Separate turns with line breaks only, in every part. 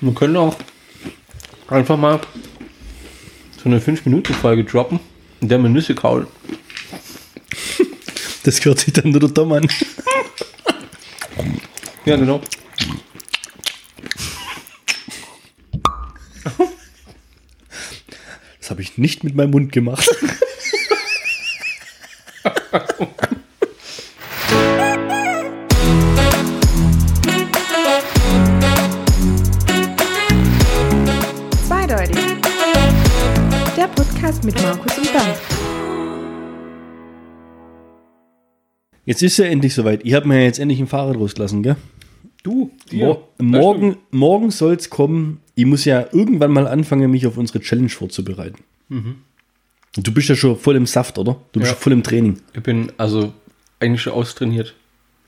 Man könnte auch einfach mal so eine 5-Minuten-Folge droppen, in der man Nüsse kaut.
Das gehört sich dann nur der Tom an.
Ja, genau.
Das habe ich nicht mit meinem Mund gemacht.
Zweideutig. Der Podcast mit Markus und Bernd.
Jetzt ist ja endlich soweit. Ich habe mir jetzt endlich ein Fahrrad rausgelassen, gell?
Du,
Mor morgen morgen soll es kommen. Ich muss ja irgendwann mal anfangen, mich auf unsere Challenge vorzubereiten. Mhm. Du bist ja schon voll im Saft, oder? Du bist
Ja.
schon voll im Training.
Ich bin also eigentlich schon austrainiert.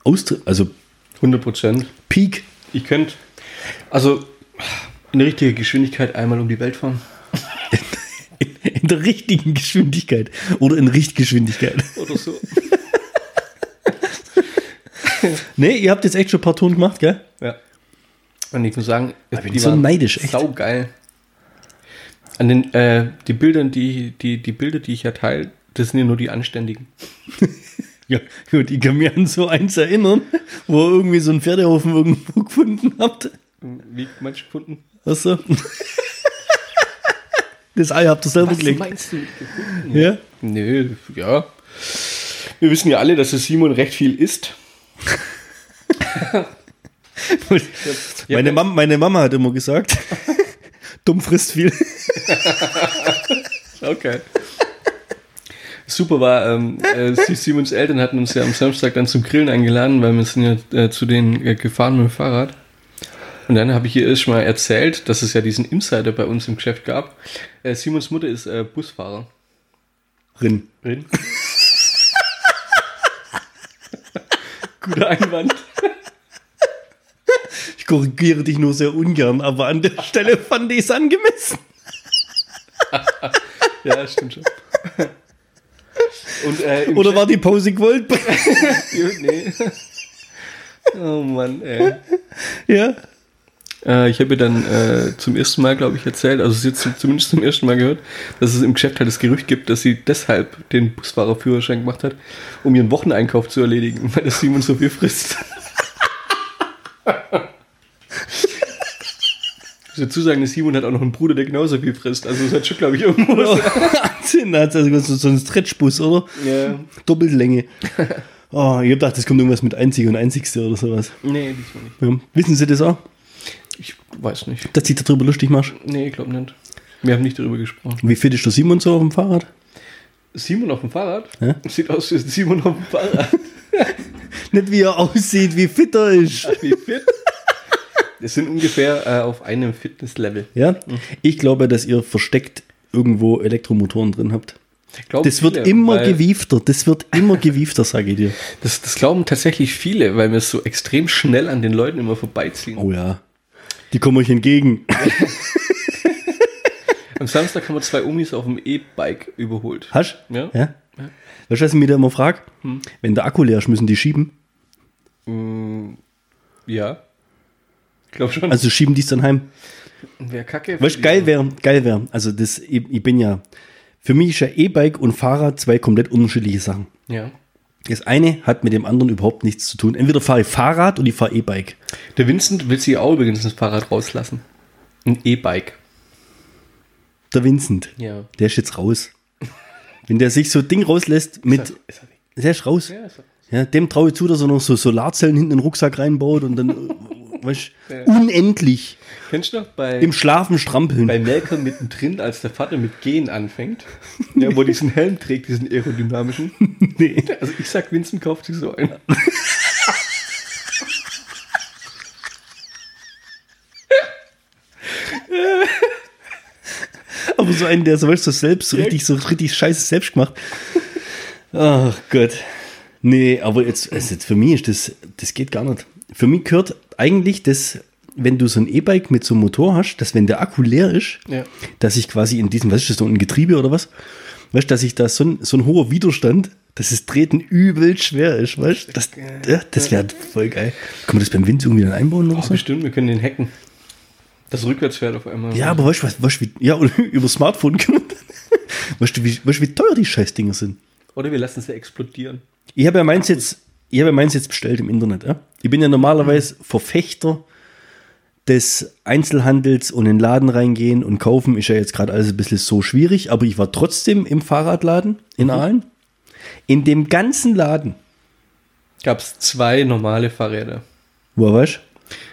Austra also
100 Prozent.
Peak.
Ich könnte also in richtiger Geschwindigkeit einmal um die Welt fahren.
In, in der richtigen Geschwindigkeit. Oder in Richtgeschwindigkeit.
Oder so.
nee, ihr habt jetzt echt schon ein paar Touren gemacht, gell?
ja. Und ich muss sagen,
Ich bin so neidisch, echt.
saugeil. An den äh, die Bildern, die, die, die Bilder, die ich ja teile, das sind ja nur die anständigen.
Ja, gut, ich kann mir an so eins erinnern, wo ihr irgendwie so einen Pferdehofen irgendwo gefunden habt.
Wie manche Kunden.
Weißt du? Das Ei habt ihr selber gelegt.
meinst du?
Ja?
Nö, ja. Wir wissen ja alle, dass der Simon recht viel isst.
Meine, Mam meine Mama hat immer gesagt, dumm frisst viel.
Okay. Super war, ähm, äh, Sie- Simons Eltern hatten uns ja am Samstag dann zum Grillen eingeladen, weil wir sind ja äh, zu denen äh, gefahren mit dem Fahrrad. Und dann habe ich ihr erst mal erzählt, dass es ja diesen Insider bei uns im Geschäft gab. Äh, Simons Mutter ist äh, Busfahrerin.
Rin.
Guter Einwand.
Ich korrigiere dich nur sehr ungern, aber an der Stelle fand ich es angemessen.
Ja, stimmt schon. Und, äh, im
Oder war die Pause gewollt?
Geschäft- Nee. Oh Mann, ey.
ja.
Äh, ich habe ihr dann äh, zum ersten Mal, glaube ich, erzählt, also sie hat zum- zumindest zum ersten Mal gehört, dass es im Geschäft halt das Gerücht gibt, dass sie deshalb den Busfahrerführerschein gemacht hat, um ihren Wocheneinkauf zu erledigen, weil das Simon so viel frisst. Ich muss dazu sagen, der Simon hat auch noch einen Bruder, der genauso viel frisst. Also es hat schon, glaube ich, irgendwo.
Oh, Wahnsinn, da hat's also so so einen Stretchbus, oder?
Ja.
Doppellänge. Oh, ich hab gedacht, das kommt irgendwas mit Einzig und Einzigste oder sowas.
Nee, diesmal nicht.
Ja. Wissen Sie das auch,
Ich weiß nicht.
dass dich darüber lustig machst?
Nee, ich glaube nicht. Wir haben nicht darüber gesprochen.
Wie fit ist der Simon so auf dem Fahrrad?
Simon auf dem Fahrrad?
Hä?
Sieht aus wie Simon auf dem Fahrrad.
Nicht wie er aussieht, wie fit er ist.
Wie fit? Wir sind ungefähr äh, auf einem Fitnesslevel.
Ja, ich glaube, dass ihr versteckt irgendwo Elektromotoren drin habt.
Glauben
Das wird
viele,
immer
weil-
gewiefter, das wird immer gewiefter, sage ich dir.
Das, das glauben tatsächlich viele, weil wir so extrem schnell an den Leuten immer vorbeiziehen.
Oh ja. Die kommen euch entgegen.
Am Samstag haben wir zwei Umis auf dem E-Bike überholt.
Hast
Ja. Hm.
ja? Weißt du, was ich mir da immer frage? Wenn der Akku leer ist, müssen die schieben.
Ja. Ich glaube schon.
Also schieben die es dann heim.
Wäre kacke.
Weißt du, geil wäre, geil wäre. Also das, ich, ich bin ja, für mich ist ja E-Bike und Fahrrad zwei komplett unterschiedliche Sachen.
Ja.
Das eine hat mit dem anderen überhaupt nichts zu tun. Entweder fahre ich Fahrrad oder ich fahre E-Bike.
Der Vincent will sich auch übrigens das Fahrrad rauslassen. Ein E-Bike.
Der Vincent,
Ja.
der ist jetzt raus. Wenn der sich so ein Ding rauslässt mit,
Ist er weg?
der ist raus.
Ja, ist er.
Ja, dem traue ich zu, dass er noch so Solarzellen hinten in den Rucksack reinbaut und dann, äh, weißt, du, unendlich
Kennst du noch bei,
im Schlafen strampeln.
bei Melker mittendrin, als der Vater mit Gehen anfängt? ja, wo er diesen Helm trägt, diesen aerodynamischen.
nee.
Also ich sag, Vincent kauft sich so einen.
Aber so einen, der so, weißt, du, so selbst so richtig, so richtig scheiße selbst gemacht. Ach Gott. Nee, aber jetzt, also jetzt für mich ist das, das geht gar nicht. Für mich gehört eigentlich das, wenn du so ein E-Bike mit so einem Motor hast, dass wenn der Akku leer ist,
Ja.
dass ich quasi in diesem, was ist das, so ein Getriebe oder was? Weißt du, dass ich da so ein, so ein hoher Widerstand, dass das Treten übel schwer ist, weißt du? Das, ja, das wäre voll geil. Kann man das beim Wind irgendwie dann einbauen oder so?
Bestimmt, wir können den hacken. Das Rückwärtspferd auf einmal.
Ja, aber weißt du, was, weißt, du, wie, ja, und über Smartphone gemacht. Weißt du, wie, weißt du, wie teuer die Scheißdinger sind?
Oder wir lassen es ja explodieren.
Ich habe ja meins jetzt, ich habe ja meins jetzt bestellt im Internet. Ja? Ich bin ja normalerweise Verfechter des Einzelhandels und in den Laden reingehen und kaufen ist ja jetzt gerade alles ein bisschen so schwierig, aber ich war trotzdem im Fahrradladen in Aalen. In dem ganzen Laden.
Gab es zwei normale Fahrräder.
Wo weißt du?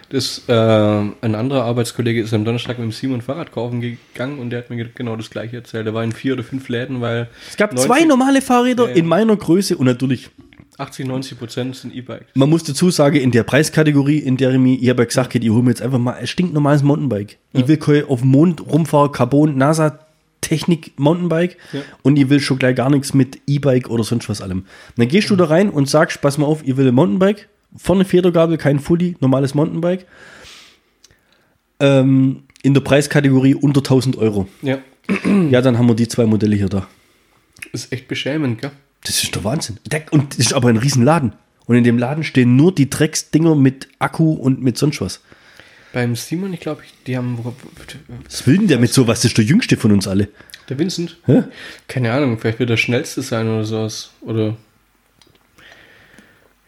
Das, äh, ein anderer Arbeitskollege ist am Donnerstag mit dem Simon Fahrrad kaufen gegangen und der hat mir ge- genau das gleiche erzählt. Der war in vier oder fünf Läden, weil
Es gab zwei normale Fahrräder
Ja, ja.
in meiner Größe und natürlich
80, 90 Prozent sind E-Bikes.
Man muss dazu sagen, in der Preiskategorie, in der ich mir, ich habe ja gesagt, ich hole mir jetzt einfach mal ein stinknormales Mountainbike. Ich will kein auf dem Mond rumfahren, Carbon, NASA, Technik, Mountainbike
Ja.
und ich will schon gleich gar nichts mit E-Bike oder sonst was allem. Und dann gehst du da rein und sagst, pass mal auf, ich will ein Mountainbike, vorne Federgabel, kein Fully, normales Mountainbike. Ähm, in der Preiskategorie unter 1000 Euro.
Ja,
Ja, dann haben wir die zwei Modelle hier da.
ist echt beschämend, gell?
Das ist der Wahnsinn. Der- Und das ist aber ein Riesenladen. Und in dem Laden stehen nur die Drecksdinger mit Akku und mit sonst was.
Beim Simon, ich glaube, die haben.
Was will denn der mit sowas? Das ist der jüngste von uns alle.
Der Vincent?
Hä?
Keine Ahnung, vielleicht wird er schnellste sein oder sowas. Oder.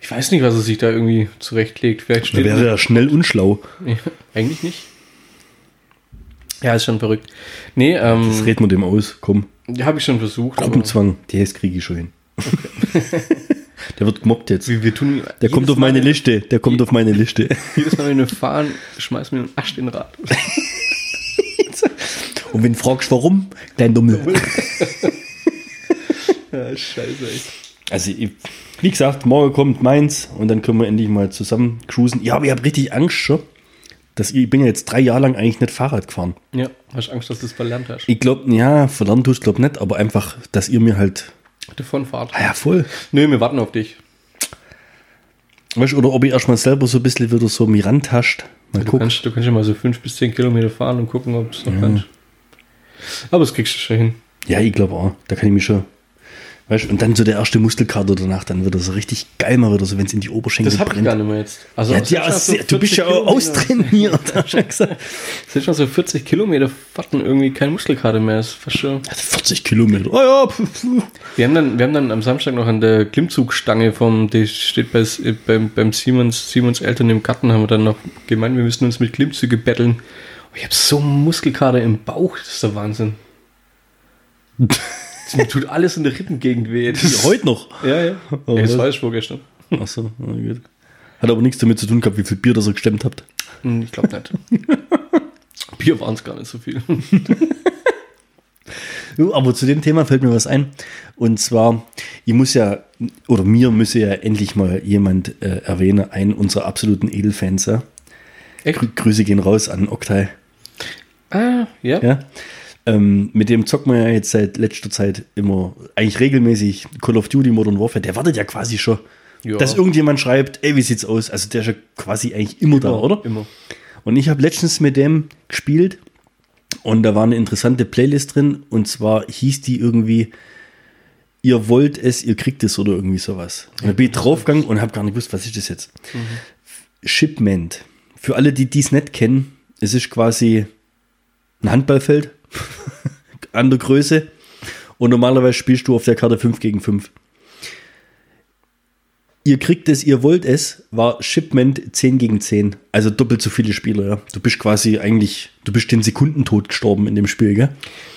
Ich weiß nicht, was er sich da irgendwie zurechtlegt. Vielleicht
Da
steht.
wäre er schnell unschlau.
Ja, eigentlich nicht. Ja, ist schon verrückt. Nee,
Das
ähm,
reden wir dem aus. Komm,
habe ich schon versucht. aber
Gruppenzwang. Das kriege ich schon hin. der wird gemobbt jetzt.
wir, wir tun
Der kommt auf meine Liste. Der kommt auf meine Liste.
Jedes Mal, wenn wir fahren, schmeißen wir einen Asch in den Rad.
Und wenn du fragst, warum, dein Dummel.
ja, scheiße, echt.
Also, ich, wie gesagt, morgen kommt meins und dann können wir endlich mal zusammen cruisen. Ja, aber ich habe richtig Angst schon. Dass ich, ich bin ja jetzt drei Jahre lang eigentlich nicht Fahrrad gefahren.
Ja, hast Angst, dass du es verlernt hast.
Ich glaube, ja, verlernt tust glaube nicht, aber einfach, dass ihr mir halt.
Davon fahrt.
Ah ja, voll.
Nö, wir warten auf dich.
Weißt du, oder ob ich erstmal selber so ein bisschen wieder so mir rantascht. Mal
Du
gucken.
kannst, du kannst ja mal so fünf bis zehn Kilometer fahren und gucken, ob es noch kannst. Aber das kriegst du schon hin.
Ja, ich glaube auch. Da kann ich mich schon. Weißt du, und dann so der erste Muskelkater danach, dann wird das richtig geil mal wieder so, wenn es in die Oberschenkel
Das habe ich
brennt.
gar nicht mehr jetzt. Also
ja,
selbst
ja,
nach so
sehr, du bist
40
ja auch
Kilometer-
austrainiert, hast du ja gesagt.
Selbst nach so 40 Kilometer Fahrten irgendwie kein Muskelkater mehr. Das ist fast schon.
Also 40 Kilometer. Oh ja, puh, puh.
Wir haben, dann, wir haben dann am Samstag noch an der Klimmzugstange vom, die steht bei, S- äh, beim, beim Simons, Simons Eltern im Garten, haben wir dann noch gemeint, wir müssen uns mit Klimmzüge betteln. Oh, ich habe so einen Muskelkater im Bauch, das ist der Wahnsinn. Das- Mir tut alles in der Rippengegend weh.
Wie, heute noch.
Ja, ja.
Oh,
Ey, das
was?
war ich vorgestern.
Achso, na gut. Hat aber nichts damit zu tun gehabt, wie viel Bier das ihr gestemmt habt.
Hm, Ich glaube nicht. Bier waren es gar nicht so viel.
Ja, Aber zu dem Thema fällt mir was ein. Und zwar, ich muss ja, oder mir müsse ja endlich mal jemand äh, erwähnen, einen unserer absoluten Edelfans. Ja?
Echt?
Grü Grüße gehen raus an Oktay.
Ah, ja.
Ja? Ähm, mit dem zocken wir ja jetzt seit letzter Zeit immer, eigentlich regelmäßig Call of Duty Modern Warfare. Der wartet ja quasi schon,
Ja.
dass irgendjemand schreibt, ey, wie sieht's aus? Also der ist ja quasi eigentlich immer da, oder?
Immer.
Und ich habe letztens mit dem gespielt und da war eine interessante Playlist drin und zwar hieß die irgendwie Ihr wollt es, ihr kriegt es oder irgendwie sowas. Und da bin ich draufgegangen und habe gar nicht gewusst, was ist das jetzt? Shipment. Für alle, die dies nicht kennen, es ist quasi ein Handballfeld an der Größe und normalerweise spielst du auf der Karte 5 gegen 5. Ihr kriegt es, ihr wollt es, war Shipment 10 gegen 10. Also doppelt so viele Spieler, ja. Du bist quasi eigentlich, du bist den Sekundentod gestorben in dem Spiel, gell?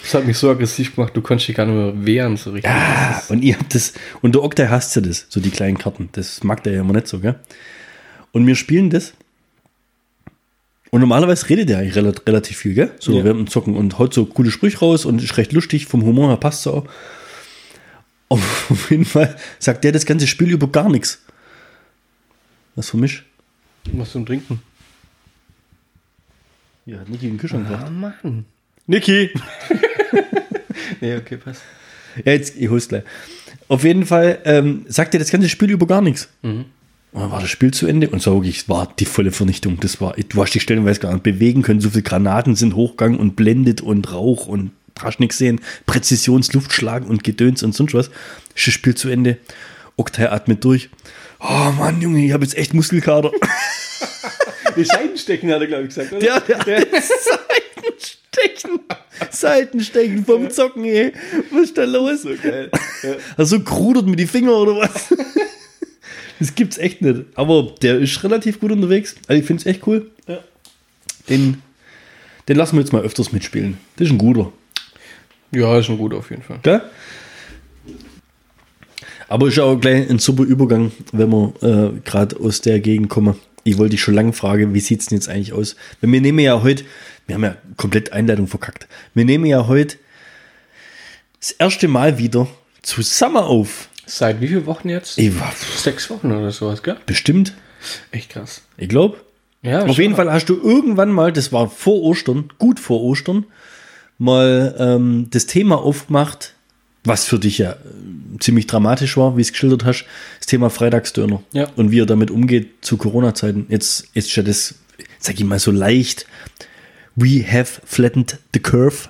Das hat mich so aggressiv gemacht, du konntest dich gar nicht mehr wehren so richtig.
Ah, und ihr habt das, und der Oktay hasst ja das, so die kleinen Karten. Das mag der ja immer nicht so, gell? Und wir spielen das. Und normalerweise redet der eigentlich rela- relativ viel, gell? So
Ja.
während dem Zocken und haut so coole Sprüche raus und ist recht lustig, vom Humor her passt so. Auf jeden Fall sagt der das ganze Spiel über gar nichts. Was für mich?
Was zum Trinken.
Ja, hat Niki in den Kühlschrank gebracht.
Ah, Mann.
Niki!
Nee, okay, passt.
Ja, jetzt, ich hol's gleich. Auf jeden Fall ähm, sagt er das ganze Spiel über gar nichts. Und dann war das Spiel zu Ende und sag ich, es war die volle Vernichtung. Das war, du hast dich stellenweise gar nicht bewegen können. So viele Granaten sind hochgegangen und blendet und Rauch und hast nichts sehen. Präzisionsluftschlag und Gedöns und sonst was. Ist das Spiel zu Ende. Oktay atmet durch. Oh Mann, Junge, ich habe jetzt echt Muskelkater.
Nee, Seitenstechen hat er, glaube ich, gesagt, oder?
Ja, ja. Seitenstechen. Seitenstechen vom Zocken, ey. Was ist da los?
So geil. Ja.
Also krudert mir die Finger oder was? Das gibt's echt nicht. Aber der ist relativ gut unterwegs. Also ich finde es echt cool.
Ja.
Den, den lassen wir jetzt mal öfters mitspielen. Das ist ein guter.
ja, ist schon gut auf jeden Fall.
Gell? Aber ist auch gleich ein super Übergang, wenn wir äh, gerade aus der Gegend kommen. Ich wollte dich schon lange fragen, wie sieht es denn jetzt eigentlich aus? Weil wir nehmen ja heute, wir haben ja komplett Einleitung verkackt. Wir nehmen ja heute das erste Mal wieder zusammen auf.
Seit wie vielen Wochen jetzt?
Ich war
Sechs Wochen oder sowas, gell?
bestimmt,
Echt krass.
ich glaube.
Ja,
Auf jeden Fall hast du irgendwann mal, das war vor Ostern, gut vor Ostern, mal ähm, das Thema aufgemacht, was für dich ja äh, ziemlich dramatisch war, wie es geschildert hast, das Thema Freitagsdöner
Ja.
und wie er damit umgeht zu Corona-Zeiten. Jetzt, jetzt ist ja das, sag ich mal so leicht, we have flattened the curve.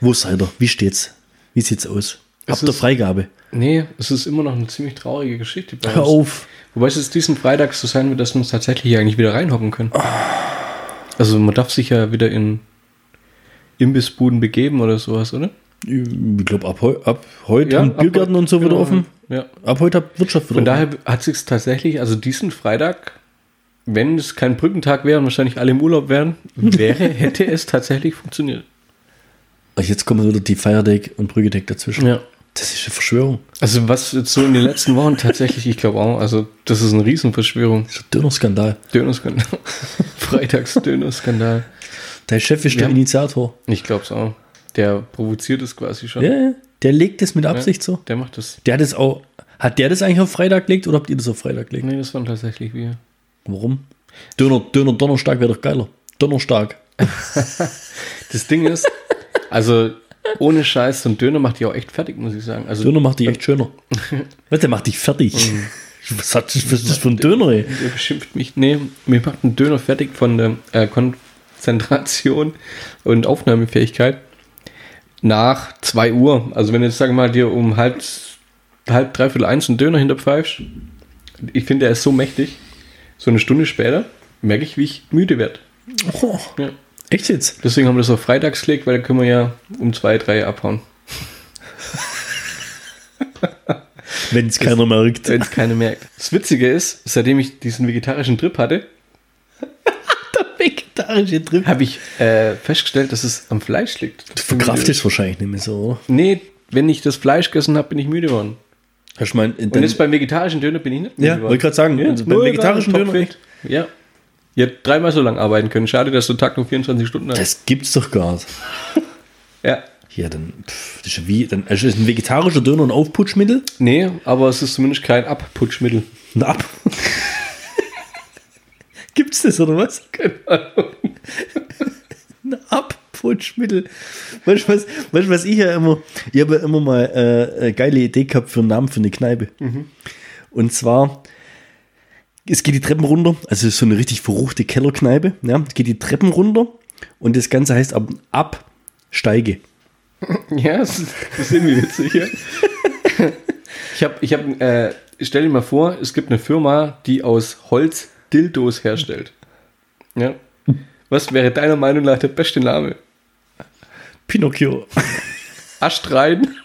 Wo seid ihr? Wie steht's? Wie sieht's aus?
Es
Habt ihr
ist-
Freigabe?
Nee, es ist immer noch eine ziemlich traurige Geschichte bei
Hör
uns.
auf.
Wobei es jetzt diesen Freitag so sein wird, dass wir uns tatsächlich hier eigentlich wieder reinhocken können. Also man darf sich ja wieder in Imbissbuden begeben oder sowas, oder?
Ich glaube, ab, heu, ab heute haben
ab-
Biergärten und so wieder
genau,
offen.
Ja.
Ab heute hat Wirtschaft wieder
Von
offen.
daher hat sich tatsächlich, also diesen Freitag, wenn es kein Brückentag wäre und wahrscheinlich alle im Urlaub wären, wäre, hätte es tatsächlich funktioniert.
Ach, jetzt kommen wieder die Feierdeck und Brüggedeck dazwischen. Das ist eine Verschwörung.
Also was jetzt so in den letzten Wochen tatsächlich, ich glaube auch, also das ist eine Riesenverschwörung.
Das ist ein Dönerskandal.
Dönerskandal. Freitags-Dönerskandal.
Dein Chef ist
Ja.
der Initiator.
Ich glaube es auch. Der provoziert es quasi schon.
Ja, ja. Der legt das mit Absicht so.
Der macht das.
Der hat das auch. Hat der das eigentlich auf Freitag gelegt oder habt ihr das auf Freitag gelegt?
Nee, das waren tatsächlich wir.
Warum? Döner, Döner, Donnerstag wäre doch geiler. Donnerstag.
Das Ding ist, also ohne Scheiß, so ein Döner macht die auch echt fertig, muss ich sagen. Also
Döner macht dich echt schöner. Was, der macht dich fertig.
Mhm.
Was, hat, was ist das für ein Döner, ey?
der beschimpft mich. Nee, mir macht ein Döner fertig von der äh, Konzentration und Aufnahmefähigkeit nach 2 Uhr. Also wenn du jetzt, sagen wir mal, dir um halb, halb dreiviertel eins einen Döner hinterpfeifst, ich finde, der ist so mächtig, so eine Stunde später merke ich, wie ich müde werde.
Oh,
Ja.
echt jetzt?
Deswegen haben wir das auf freitags gelegt, weil da können wir ja um zwei, drei abhauen.
Wenn es keiner merkt.
wenn es keine merkt. Das Witzige ist, seitdem ich diesen vegetarischen Trip hatte,
Vegetarische Trip.
habe ich äh, festgestellt, dass es am Fleisch liegt.
Du verkraftest wahrscheinlich nicht mehr so, oder?
Nee, wenn ich das Fleisch gegessen habe, bin ich müde geworden.
Hast du mein,
Und jetzt beim vegetarischen Döner bin ich nicht müde
Ja, wollte gerade sagen,
Ja,
also beim vegetarischen Döner.
Döner. Ja. Ihr hättet dreimal so lang arbeiten können. Schade, dass der Tag nur 24 Stunden hat.
das gibt's doch gar nicht.
Ja.
Ja, dann, pff, das ist ja wie, dann also ist ein vegetarischer Döner ein Aufputschmittel?
Nee, aber es ist zumindest kein Abputschmittel.
Na ab. Gibt's das oder was? Keine Ahnung. Ein Abputschmittel. Weißt du, was, weißt, du, was ich ja immer, ich habe ja immer mal äh, eine geile Idee gehabt für einen Namen für eine Kneipe. Und zwar, es geht die Treppen runter, also es ist so eine richtig verruchte Kellerkneipe, ja, es geht die Treppen runter und das Ganze heißt ab, Absteige.
Ja, das ist, das ist irgendwie witzig, ja. Ich habe, ich hab, äh, stell dir mal vor, es gibt eine Firma, die aus Holz Dildos herstellt. Ja. Was wäre deiner Meinung nach der beste Name?
Pinocchio.
Aschtrein?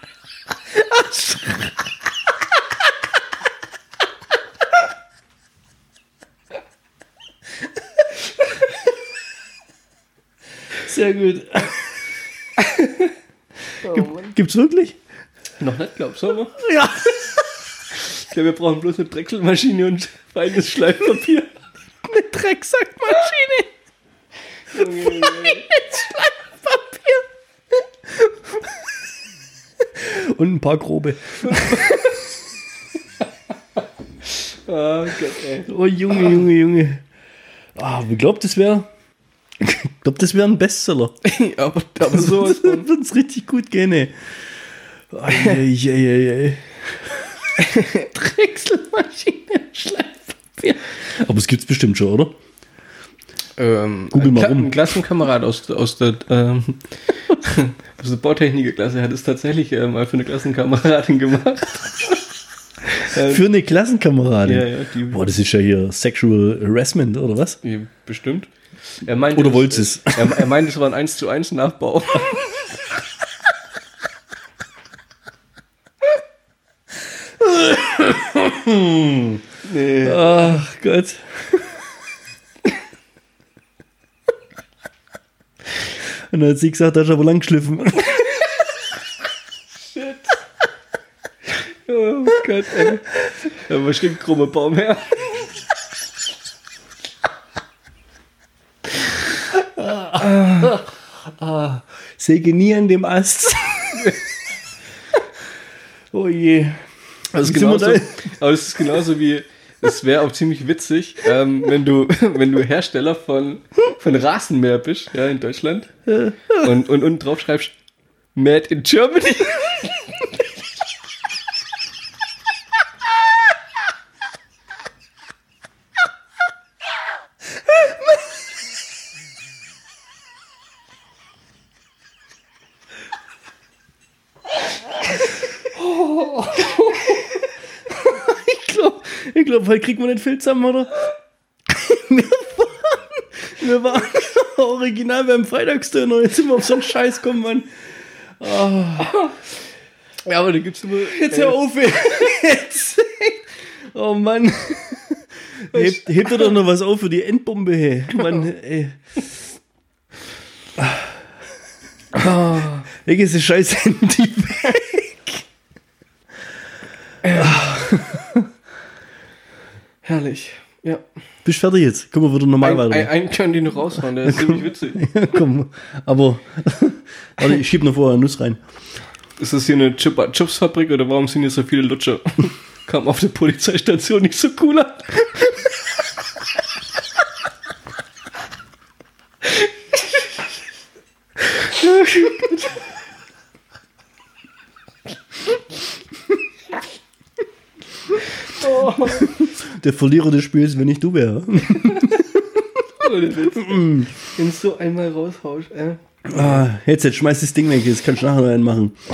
Sehr gut. Gibt's wirklich?
Noch nicht, glaubst du aber?
Ja.
Ich glaube, wir brauchen bloß eine Drechselmaschine und feines Schleifpapier.
Eine Drecksackmaschine. Schleifpapier. Und ein paar grobe.
Ah, Gott, ey.
Oh, Junge, Junge, Junge. Ah, ich glaube, das wäre. Ich glaube, das wäre ein Bestseller.
aber, aber so
Das wird uns richtig gut gehen, ey. Eieieiei.
Drechselmaschine und Schleifpapier.
Aber es gibt's bestimmt schon, oder?
Ähm,
Google
ein
mal
Kla-
rum.
Ein Klassenkamerad aus, aus der, ähm, aus der Bautechnikerklasse hat es tatsächlich äh, mal für eine Klassenkameradin gemacht.
Für eine Klassenkameradin.
Ja, ja, die-
Boah, das ist ja hier Sexual Harassment, oder was?
Bestimmt. Er meinte,
Oder
das-
wollte es?
Er, er meinte, es war ein 1 zu 1 Nachbau. nee.
Ach Gott. Und dann hat sie gesagt, da ist aber lang geschliffen.
Oh Gott, ey. Da war bestimmt krumme Baum her.
Säge nie an dem Ast. oh je.
Das ist
Sind wir
genauso, aber es ist genauso wie, es wäre auch ziemlich witzig, ähm, wenn, du, wenn du Hersteller von, von Rasenmäher bist, ja, in Deutschland, und, und, und drauf schreibst, Mad in Germany.
Ich glaube, ich glaub, heute kriegt man den Film zusammen, oder? Wir waren, wir waren original beim Freitagsdöner. Jetzt sind wir auf so einen Scheiß kommen, Mann.
Ja, aber da gibt's immer.
Jetzt hör auf. ey. Jetzt. Oh Mann. Hebt, hebt ihr doch noch was auf für die Endbombe, hey. Mann, ey. Ah. Leg jetzt die scheiß Handy weg.
Herrlich. Ja.
Bist fertig jetzt? Guck mal, wird normal
Ein,
weiter.
ein, einen können die noch raushauen, der ist ziemlich witzig.
Ja, komm, aber warte, ich schieb noch vorher eine Nuss rein.
Ist das hier eine Chip Chips Fabrik oder warum sind hier so viele Lutscher? Kam auf der Polizeistation nicht so cool an.
Der Verlierer des Spiels, wenn ich du wäre.
Wenn so einmal raushaust, äh.
Ah, jetzt, jetzt schmeiß das Ding weg, jetzt kannst du nachher noch einen machen.
Oh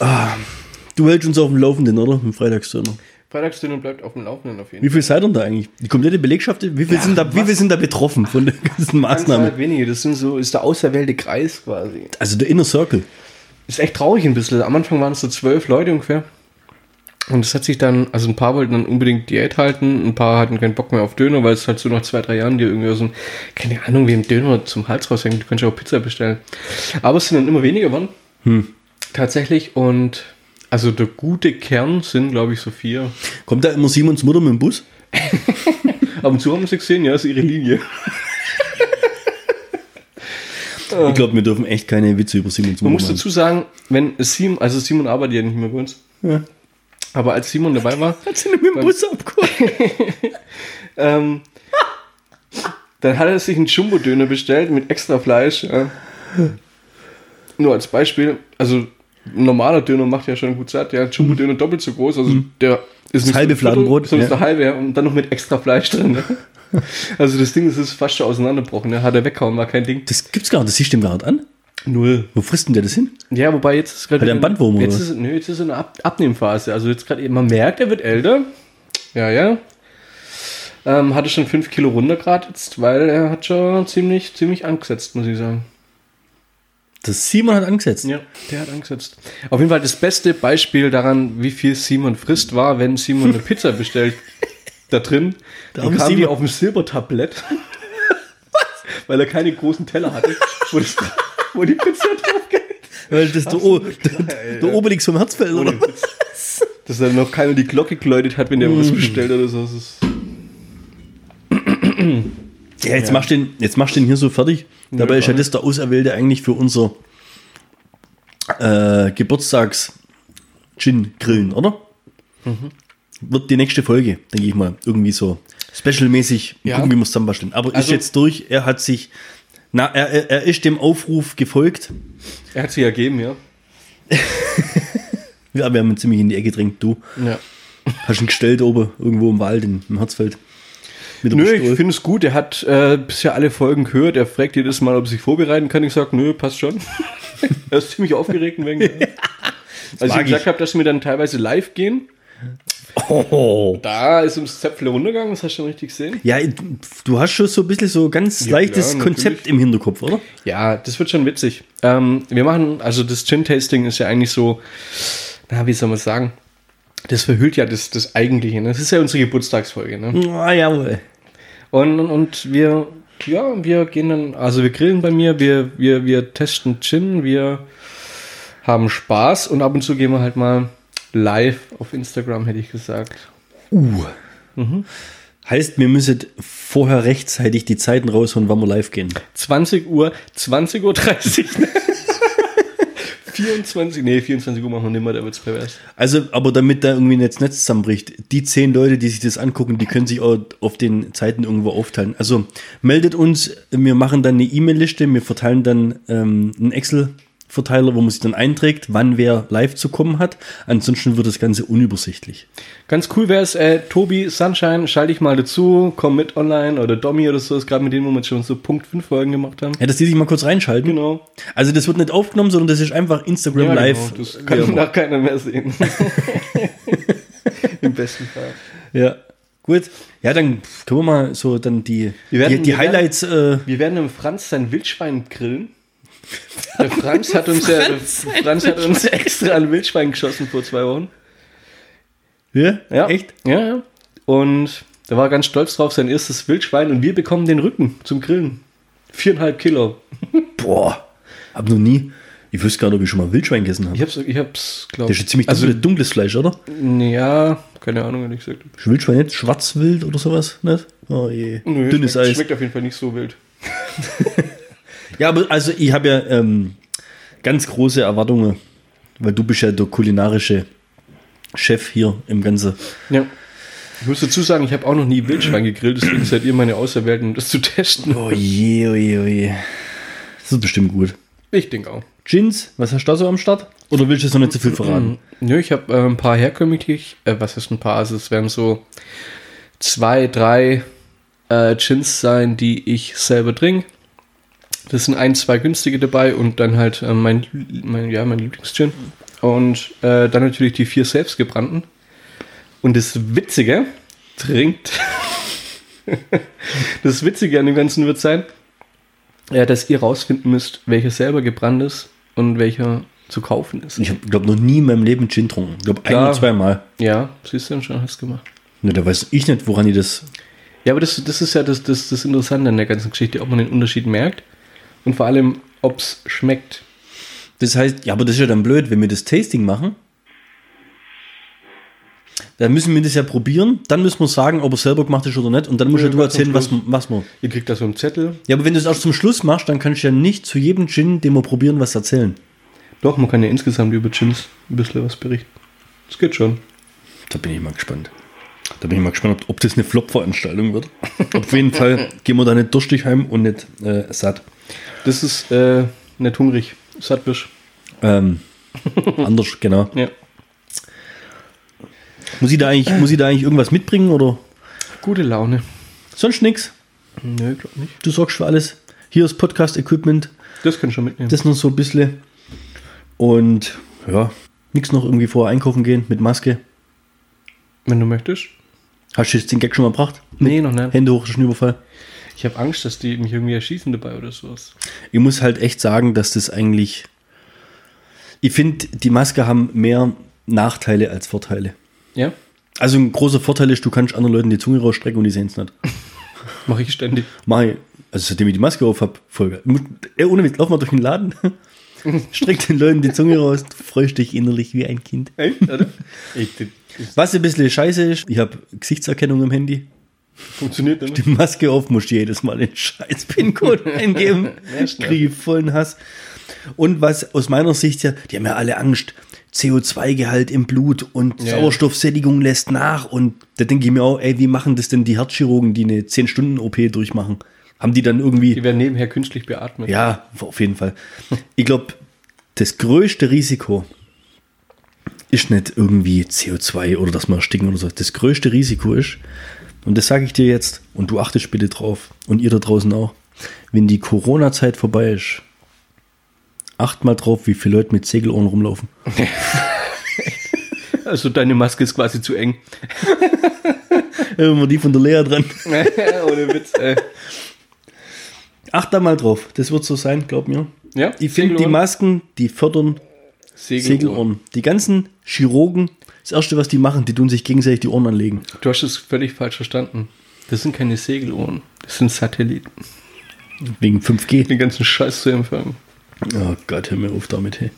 ja.
Du hältst uns auf dem Laufenden, oder? Im Freitagsdöner.
Freitagsdöner bleibt auf dem Laufenden auf jeden
Wie viel seid ihr denn da eigentlich? Die komplette Belegschaft, wie viel, sind, da, wie viel sind da betroffen von den ganzen Maßnahmen?
Anzahl wenige, das sind so, ist der auserwählte Kreis quasi.
Also der Inner Circle.
Ist echt traurig ein bisschen. Am Anfang waren es so zwölf Leute ungefähr. Und es hat sich dann, also ein paar wollten dann unbedingt Diät halten, ein paar hatten keinen Bock mehr auf Döner, weil es halt so nach zwei, drei Jahren dir irgendwie so ein, keine Ahnung, wem Döner zum Hals raushängt. Du kannst ja auch Pizza bestellen. Aber es sind dann immer weniger geworden. Tatsächlich und, also der gute Kern sind, glaube ich, so vier.
Kommt da immer Simons Mutter mit dem Bus?
Ab und zu haben wir sie gesehen, ja, ist ihre Linie.
Ich glaube, wir dürfen echt keine Witze über Simons Mutter
Man muss
machen.
dazu sagen, wenn Simon, also Simon arbeitet ja nicht mehr bei uns,
Ja.
aber als Simon dabei war,
Hat sie mit dem Bus abgeholt?
ähm, dann hat er sich einen Jumbo-Döner bestellt mit extra Fleisch. Ja. Nur als Beispiel, also ein normaler Döner macht ja schon gut satt, ja, Jumbo-Döner doppelt so groß, also der ist nicht
Mhm. halbe
so ein Viertel,
Fladenbrot,
sondern ist
ja.
der halbe, ja, und dann noch mit extra Fleisch drin. Ne? Also das Ding das ist fast schon auseinandergebrochen, ne? hat er weggehauen, war kein Ding.
Das gibt's gar nicht, das siehst du ihm gar nicht an.
Null.
Wo frisst denn der das hin?
Ja, wobei jetzt ist gerade.
Hat er einen Bandwurm,
jetzt
oder
ist, nö, jetzt ist er in einer Ab Abnehmphase. Also jetzt gerade, eben- man merkt, er wird älter. Ja, ja. Ähm, hatte schon 5 Kilo runter gerade jetzt, weil er hat schon ziemlich, ziemlich angesetzt, muss ich sagen.
Das Simon hat angesetzt.
Ja, der hat angesetzt. Auf jeden Fall das beste Beispiel daran, wie viel Simon frisst, war, wenn Simon eine Pizza bestellt da drin,
Da
dann
haben
kam
Simon-
die auf dem Silbertablett, weil er keine großen Teller hatte, wo, das, wo die Pizza drauf geht.
Weil das der, o, der, der Obelix vom Herzfeld, oder?
Dass dann noch keiner die Glocke geläutet hat, wenn der was bestellt oder so. Das ist
Ja, jetzt, Machst du den, jetzt machst du den hier so fertig. Dabei ist ja das der Auserwählte eigentlich für unser äh, Geburtstags-Gin grillen, oder? Wird die nächste Folge, denke ich mal, irgendwie so specialmäßig
Ja.
gucken, wie wir es zusammenbasteln. Aber ist
Also-
jetzt durch, er hat sich, na, er, er, er ist dem Aufruf gefolgt.
er hat sich ergeben, ja.
Ja, wir haben ihn ziemlich in die Ecke gedrängt, du.
ja.
Hast ihn gestellt oben, irgendwo im Wald, in, im Herzfeld. Mit dem
Nö,
Stuhl.
ich finde es gut. Er hat äh, bisher alle Folgen gehört. Er fragt jedes Mal, ob er sich vorbereiten kann. Ich sage, nö, passt schon. er ist ziemlich aufgeregt wegen. Als
mag
ich
ich.
gesagt habe, dass wir dann teilweise live gehen,
Oh.
Da ist ums Zäpfle runtergegangen, das hast du schon richtig gesehen.
Ja, du- du hast schon so ein bisschen so ganz
Ja,
leichtes
klar,
Konzept im Hinterkopf, oder?
Ja, das wird schon witzig. Ähm, wir machen, also das Gin-Tasting ist ja eigentlich so, na, wie soll man sagen? Das verhüllt ja das, das Eigentliche. Ne? Das ist ja unsere Geburtstagsfolge. Ne?
Ah, jawohl.
Und, und, und wir, ja, wir gehen dann, also wir grillen bei mir, wir, wir, wir testen Gin, wir haben Spaß und ab und zu gehen wir halt mal live auf Instagram, hätte ich gesagt.
Uh. Heißt, wir müssen vorher rechtzeitig die Zeiten rausholen, wann wir live gehen.
20 Uhr, 20.30 Uhr. 24, nee, 24 Uhr machen wir nimmer, da wird's pervers.
Also, aber damit da irgendwie jetzt Netz zusammenbricht, die zehn Leute, die sich das angucken, die können sich auch auf den Zeiten irgendwo aufteilen. Also meldet uns, wir machen dann eine E-Mail-Liste, wir verteilen dann ähm, einen Excel-Verteiler, wo man sich dann einträgt, wann wer live zu kommen hat. Ansonsten wird das Ganze unübersichtlich.
Ganz cool wäre es, äh, Tobi, Sunshine, schalte ich mal dazu, komm mit online oder Domi oder so, ist gerade mit denen, wo wir schon so Punkt 5 Folgen gemacht haben.
Ja, dass die sich mal kurz reinschalten.
Genau.
Also das wird nicht aufgenommen, sondern das ist einfach Instagram
Ja,
live.
Genau, das kann
ja,
nach keiner mehr sehen. Im besten Fall.
ja. Gut. Ja, dann können wir mal so dann die,
Wir werden-
die, die
wir werden-
Highlights. Äh,
Wir werden dem Franz sein Wildschwein grillen. Der Franz hat uns,
Franz
ja, Franz hat uns extra ein Wildschwein geschossen vor zwei Wochen.
ja?
Ja.
Echt?
Ja, ja. Und da war er ganz stolz drauf, sein erstes Wildschwein. Und wir bekommen den Rücken zum Grillen. Viereinhalb Kilo.
Boah, hab noch nie. Ich wüsste gar nicht, ob ich schon mal Wildschwein gegessen habe.
Ich hab's, ich hab's glaub
Das ist ja ziemlich
Also,
dunkle- dunkles Fleisch, oder?
ja, keine Ahnung, ehrlich gesagt.
Ist Wildschwein nicht? Schwarzwild oder sowas? Nicht? Oh je.
Nö,
Dünnes
schmeckt,
Eis.
Schmeckt auf jeden Fall nicht so wild.
Ja, aber also ich habe ja ähm, ganz große Erwartungen, weil du bist ja der kulinarische Chef hier im Ganzen.
Ja. Ich muss dazu sagen, ich habe auch noch nie Wildschwein gegrillt, deswegen seid ihr meine Auserwählten, um das zu testen.
Oh je, oh je, oh je. Das ist bestimmt gut.
Ich denke auch.
Gins, was hast du da so am Start? Oder willst du es noch nicht zu viel verraten?
Nö, ich habe äh, ein paar herkömmlich, äh, was ist ein paar? Also es werden so zwei, drei äh, Gins sein, die ich selber trinke. Das sind ein, zwei günstige dabei und dann halt äh, mein, mein, ja, mein Lieblingsgin. Und äh, dann natürlich die vier selbstgebrannten. Und das Witzige trinkt. das Witzige an dem Ganzen wird sein, ja, dass ihr rausfinden müsst, welcher selber gebrannt ist und welcher zu kaufen ist.
Ich habe, glaube noch nie in meinem Leben Gin getrunken. Ich glaube, ein
Klar.
oder zweimal.
Ja, siehst du, schon hast du gemacht.
Ne, da weiß ich nicht, woran die das.
Ja, aber das, das ist ja das, das, das Interessante an der ganzen Geschichte, ob man den Unterschied merkt und vor allem, ob es schmeckt.
Das heißt, ja, aber das ist ja dann blöd, wenn wir das Tasting machen. Dann müssen wir das ja probieren, dann müssen wir sagen, ob es selber gemacht ist oder nicht. Und dann musst ja,
Ja,
du
ganz
erzählen,
am
was, was wir.
Ihr kriegt da so einen Zettel.
Ja, aber wenn du es auch zum Schluss machst, dann kannst du ja nicht zu jedem Gin, den wir probieren, was erzählen.
Doch, man kann ja insgesamt über Chins ein bisschen was berichten. Das geht schon.
Da bin ich mal gespannt. Da bin ich mal gespannt, ob, ob das eine Flop-Veranstaltung wird. Auf jeden Fall gehen wir da nicht durstig heim und nicht äh, satt.
Das ist äh, nicht hungrig. Sattwisch.
Ähm, anders, genau.
Ja.
Muss ich, da eigentlich, muss ich da eigentlich irgendwas mitbringen oder
Gute Laune.
sonst nichts?
Nö, glaub nicht.
Du sorgst für alles. Hier ist Podcast-Equipment,
Das können schon mitnehmen.
das noch so ein bisschen. Und ja, nichts noch irgendwie vorher einkaufen gehen mit Maske.
Wenn du möchtest.
Hast du jetzt den Gag schon mal gebracht?
Nee, noch nicht.
Hände hoch, das ist ein Überfall.
Ich habe Angst, dass die mich irgendwie erschießen dabei oder sowas.
Ich muss halt echt sagen, dass das eigentlich. Ich finde, die Maske haben mehr Nachteile als Vorteile.
Ja?
Also ein großer Vorteil ist, du kannst anderen Leuten die Zunge rausstrecken und die sehen es nicht.
Mache ich ständig.
Mach ich, also seitdem ich die Maske auf habe, voll geil. Mu- Ey, ohne Witz, lauf mal durch den Laden. Streck den Leuten die Zunge raus, du freust dich innerlich wie ein Kind.
Echt, oder? Ich, das
Was ein bisschen scheiße ist, ich habe Gesichtserkennung im Handy.
funktioniert nicht.
Die Maske auf, muss ich jedes Mal den scheiß PIN-Code eingeben.
Ja, schnell.
Kriege ich vollen Hass. Und was aus meiner Sicht ja, die haben ja alle Angst. CO2-Gehalt im Blut und
Ja, ja.
Sauerstoffsättigung lässt nach. Und da denke ich mir auch, ey, wie machen das denn die Herzchirurgen, die eine 10-Stunden-OP durchmachen? Haben die dann irgendwie.
Die werden nebenher künstlich beatmet.
Ja, auf jeden Fall. Ich glaube, das größte Risiko ist nicht irgendwie CO2 oder dass man ersticken oder so. Das größte Risiko ist, und das sage ich dir jetzt, und du achtest bitte drauf, und ihr da draußen auch, wenn die Corona-Zeit vorbei ist, acht mal drauf, wie viele Leute mit Segelohren rumlaufen.
Also deine Maske ist quasi zu eng.
Äh, Immer die von der Lea dran.
Ohne Witz. Äh,
Acht da mal drauf. Das wird so sein, glaub mir.
ja,
Ich finde, die
Segelohren.
Masken, die fördern
Segelohren.
Segelohren. Die ganzen Chirurgen, das Erste, was die machen, die tun sich gegenseitig die Ohren anlegen.
Du hast es völlig falsch verstanden. Das sind keine Segelohren. Das sind Satelliten.
Wegen 5G.
Den ganzen Scheiß zu empfangen.
Oh Gott, hör mir auf damit, hey.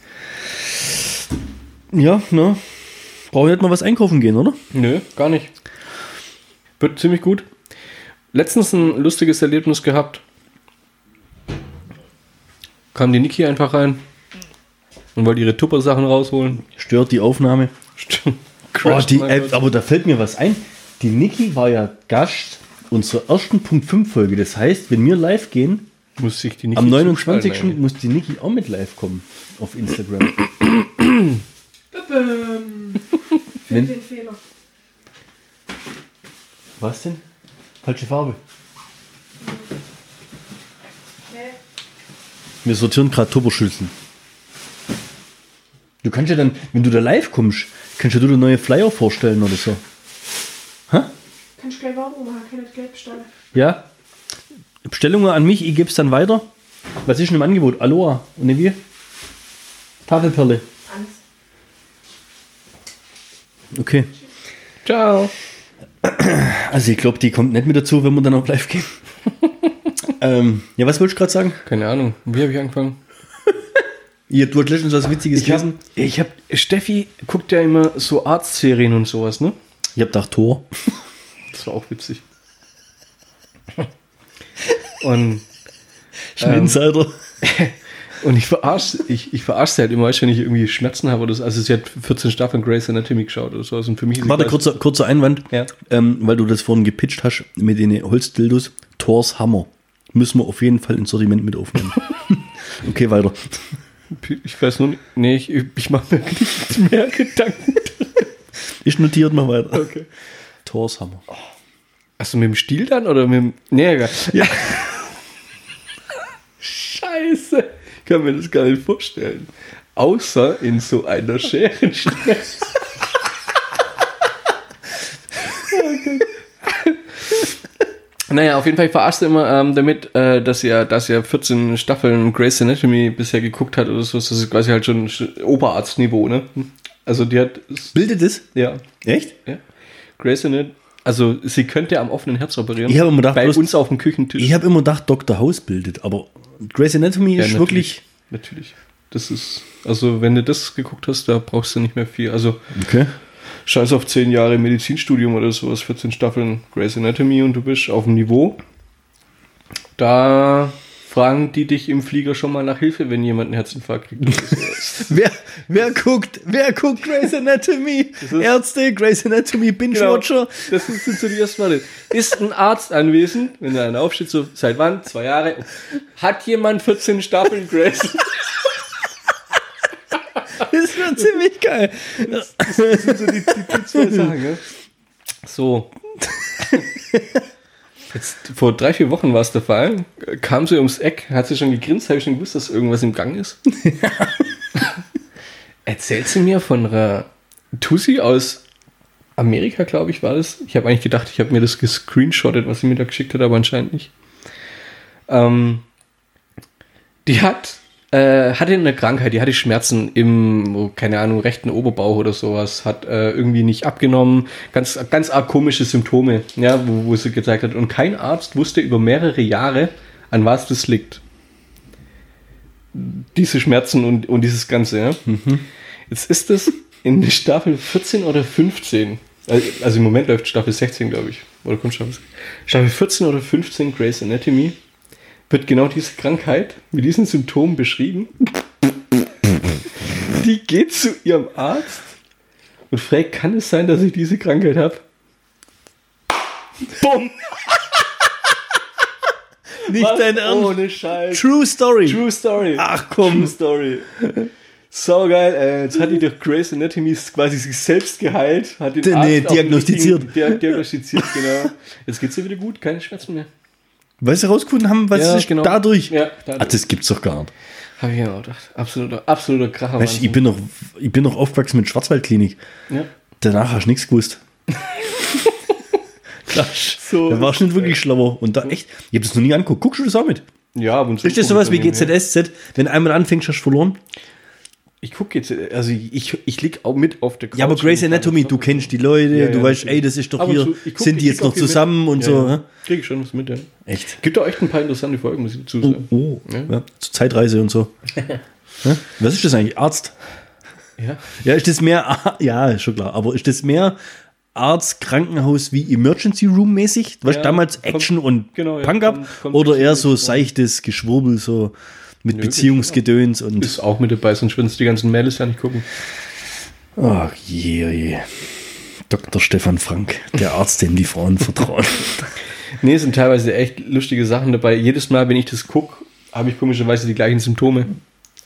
Ja, ne? Brauchen wir nicht mal was einkaufen gehen, oder?
Nö, gar nicht. Wird ziemlich gut. Letztens ein lustiges Erlebnis gehabt. Kam die Niki einfach rein und wollte ihre Tupper-Sachen rausholen.
Stört die Aufnahme.
Stimmt.
Oh, die,
mein
äh,
Gott.
aber da fällt mir was ein. Die Niki war ja Gast unserer ersten Punkt 5 Folge. Das heißt, wenn wir live gehen,
Muss ich die Niki
am
zuschalten
29.
eigentlich.
muss die Niki auch mit live kommen auf Instagram. Wenn-
Den Fehler.
Was denn? Falsche Farbe. Wir sortieren gerade Turboschützen. Du kannst ja dann, wenn du da live kommst, kannst ja du dir neue Flyer vorstellen oder so.
Kannst du gleich Werbung machen, kann ich gleich bestellen.
Ja? Bestellungen an mich, ich gebe es dann weiter. Was ist denn im Angebot? Aloha und ne wie? Tafelperle.
Alles.
Okay.
Ciao.
Also ich glaube, die kommt nicht mit dazu, wenn wir dann auch live gehen. ähm, ja, was wolltest du gerade sagen?
Keine Ahnung. Wie habe ich angefangen?
Ihr, du hast letztens was Witziges
Ich habe, ich hab, Steffi guckt ja immer so Arztserien und sowas, ne?
Ich habe gedacht, Tor.
Das war auch witzig. Und,
Ich bin Insider.
und ich verarsche ich, ich verarsche sie halt immer, weißt du, wenn ich irgendwie Schmerzen habe oder so. Also sie hat 14 Staffeln Grey's Anatomy geschaut oder sowas. Und für mich ist
Warte,
sie-
kurzer, kurzer Einwand,
Ja.
ähm, weil du das vorhin gepitcht hast mit den Holzdildos. Thors Hammer. Müssen wir auf jeden Fall ins Sortiment mit aufnehmen. okay, weiter.
Ich weiß nur nicht. Nee, ich, ich mache mir nicht mehr Gedanken.
Ist notiert, mach weiter. Okay. Thors Hammer.
Achso, mit dem Stiel dann oder mit dem. Nee, egal. Ja. Scheiße. Ich kann mir das gar nicht vorstellen. Außer in so einer Scherenschnecke. Naja, auf jeden Fall verarscht sie immer ähm, damit, äh, dass ihr, dass ihr 14 Staffeln Grey's Anatomy bisher geguckt hat oder so. Das ist quasi halt schon Oberarztniveau, ne? Also die hat,
Bildet es?
ja,
Echt?
ja. Grace Anatomy. Also sie könnte am offenen Herz operieren.
Ich habe immer gedacht,
bei
bloß-
uns auf dem Küchentisch.
Ich habe immer gedacht, Dr. House bildet, aber Grey's Anatomy
Ja,
ist
natürlich,
wirklich.
Natürlich. Das ist. Also wenn du das geguckt hast, da brauchst du nicht mehr viel. Also
Okay.
scheiß auf 10 Jahre Medizinstudium oder sowas, 14 Staffeln Grey's Anatomy und du bist auf dem Niveau. Da fragen die dich im Flieger schon mal nach Hilfe, wenn jemand einen Herzinfarkt kriegt. oder sowas.
Wer, wer guckt, wer guckt Grey's Anatomy? Ärzte, Grey's Anatomy, Binge-Watcher.
Das ist- sind so die ersten Mal. Ist ein Arzt anwesend, wenn er einen aufsteht, so seit wann? Zwei Jahre. Hat jemand 14 Staffeln Grey's
Das wäre ziemlich geil.
So. Jetzt, vor drei, vier Wochen war es der Fall. Kam sie ums Eck, hat sie schon gegrinst, habe ich schon gewusst, dass irgendwas im Gang ist. Erzählt sie mir von einer Tussi aus Amerika, glaube ich, war das. Ich habe eigentlich gedacht, ich habe mir das gescreenshottet, was sie mir da geschickt hat, aber anscheinend nicht. Ähm, die hat, äh, hatte eine Krankheit, die hatte Schmerzen im, oh, keine Ahnung, rechten Oberbauch oder sowas, hat äh, irgendwie nicht abgenommen, ganz, ganz arg komische Symptome, ja, wo, wo sie gezeigt hat. Und kein Arzt wusste über mehrere Jahre, an was das liegt. Diese Schmerzen und, und dieses Ganze, ja. Jetzt ist es in Staffel 14 oder 15. Also also im Moment läuft Staffel 16, glaube ich. Oder kommt Staffel 16. Staffel 14 oder 15 Grey's Anatomy wird genau diese Krankheit mit diesen Symptomen beschrieben. Die geht zu ihrem Arzt und fragt, kann es sein, dass ich diese Krankheit habe? Bumm!
Nicht dein Ernst.
Ohne Scheiß.
Oh, True Story.
True Story.
Ach komm.
True Story. So geil, ey. Jetzt hat die durch Grace Anatomy quasi sich selbst geheilt. Hat den
Nee,
Arzt
nee,
auf den
diagnostiziert.
richtigen- Dia diagnostiziert, genau. Jetzt geht's dir wieder gut, keine Schmerzen mehr.
Weißt du, rausgefunden haben, was
Ja,
ist
genau.
dadurch?
Ja, dadurch.
Ach, das gibt's doch gar nicht.
Hab ich ja auch gedacht. Absoluter, absoluter Kracher.
Weißt, du, ich
Wahnsinn.
bin noch, ich bin noch aufgewachsen mit Schwarzwaldklinik.
Ja.
Danach hast du nichts gewusst. da
So.
da warst du nicht wirklich schlauer. Und da echt, ich habe das noch nie angeguckt. Guckst du das auch mit?
Ja, ab und zu
Ist
guck
das
ich
sowas wie
dann nebenher.
GZSZ? Wenn einmal anfängst, hast du verloren?
Ich gucke jetzt, also ich, ich lieg auch mit auf der Couch.
Ja, aber Grey's
und-
Anatomy, du kennst die Leute,
Ja, ja,
du weißt,
natürlich.
ey, das ist doch
Ab und
hier,
zu, ich guck-
sind die
ich
jetzt
guck
noch
hier mit.
zusammen und
ja,
so.
Ja.
hä?
Krieg ich schon was mit, ja.
Echt.
Gibt auch echt ein paar interessante Folgen, muss ich dazu sagen.
Oh, ja. zur Zeitreise und so. Hä? Was ist das eigentlich? Arzt?
Ja.
Ja, ist das mehr, Ar- ja, ist schon klar, aber ist das mehr Arzt, Krankenhaus wie Emergency Room mäßig? Du weißt,
Ja,
damals
kommt-
Action und
genau, ja,
Punk up
kommt- kommt
oder eher
ziemlich
so seichtes Geschwurbel, so mit
Nö,
Beziehungsgedöns und.
Ist auch mit dabei, sonst würden es die ganzen Mädels ja nicht gucken.
Ach je, oh je. Dr. Stefan Frank, der Arzt, dem die Frauen vertrauen.
Nee, es sind teilweise echt lustige Sachen dabei. Jedes Mal, wenn ich das gucke, habe ich komischerweise die gleichen Symptome.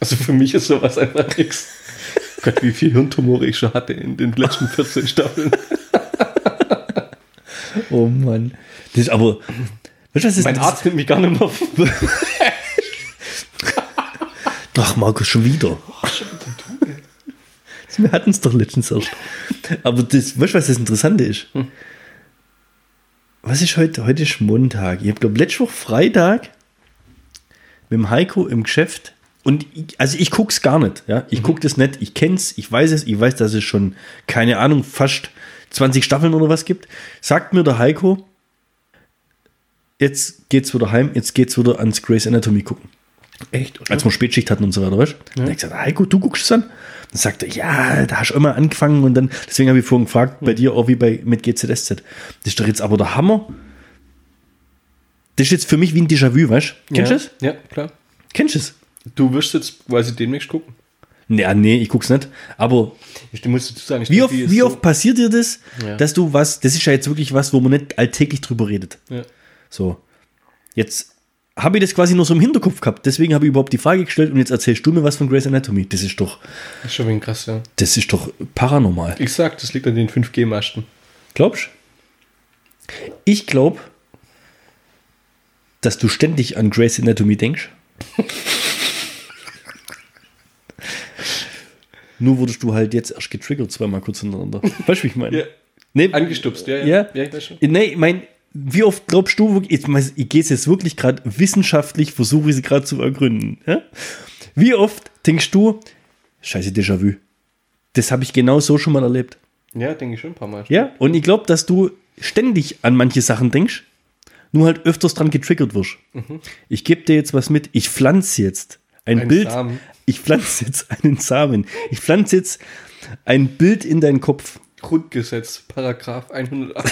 Also für mich ist sowas einfach nix. Gott, wie viel Hirntumore ich schon hatte in den letzten 14 Staffeln.
oh Mann. Das ist aber. Weißt du, was ist
Mein
das?
Arzt nimmt mich gar nicht mehr auf.
Ach, Markus, schon wieder. Wir hatten es doch letztens erst. Aber das, weißt du, was das Interessante ist? Was ist heute? Heute ist Montag. Ich habe, glaube letzte Woche Freitag mit dem Heiko im Geschäft. Und ich, also ich gucke es gar nicht. Ja?
Mhm.
Ich gucke das nicht. Ich kenne es. Ich weiß es. Ich weiß, dass es schon, keine Ahnung, fast 20 Staffeln oder was gibt. Sagt mir der Heiko, jetzt geht's wieder heim. Jetzt geht's wieder ans Grey's Anatomy gucken
Echt?
als wir Spätschicht hatten und so weiter, weißt du? Ja. Dann hab ich gesagt, Heiko, du guckst es an? Dann sagt er, ja, da hast du immer angefangen und dann, deswegen habe ich vorhin
Mhm.
gefragt, bei dir auch wie bei, mit GZSZ. Das ist doch jetzt aber der Hammer. Das ist jetzt für mich wie ein Déjà-vu, weißt du? Kennst du
ja.
das?
Ja, klar.
Kennst du es?
Du wirst jetzt quasi demnächst gucken.
Ja, nee, ich guck's nicht. Aber
Ich muss dazu sagen,
wie oft, wie oft passiert dir das,
Ja.
dass du was, das ist ja jetzt wirklich was, wo man nicht alltäglich drüber redet.
Ja.
So. Jetzt habe ich das quasi nur so im Hinterkopf gehabt. Deswegen habe ich überhaupt die Frage gestellt und jetzt erzählst du mir was von Grey's Anatomy. Das ist doch,
Ist schon wegen krass, ja.
das ist doch paranormal.
Ich sag, das liegt an den 5G-Masten.
Glaubst du? Ich glaube, dass du ständig an Grey's Anatomy denkst. Nur wurdest du halt jetzt erst getriggert, zweimal kurz hintereinander. Weißt du, wie ich meine?
Ja.
Nee,
Angestupst, ja, ja.
ja.
ja ich weiß schon.
Nee, ich meine, wie oft glaubst du, wirklich- jetzt, mal- ich gehe es jetzt wirklich gerade wissenschaftlich, versuche ich es gerade zu ergründen. Ja? Wie oft denkst du, scheiße, Déjà-vu. Das habe ich genau so schon mal erlebt.
Ja, denke ich schon ein paar Mal.
Ja, und ich glaube, dass du ständig an manche Sachen denkst, nur halt öfters dran getriggert wirst. Ich gebe dir jetzt was mit. Ich pflanze jetzt ein
Einen
Bild.
Samen.
Ich pflanze jetzt einen Samen. Ich pflanze jetzt ein Bild in deinen Kopf.
Grundgesetz, Paragraph 108.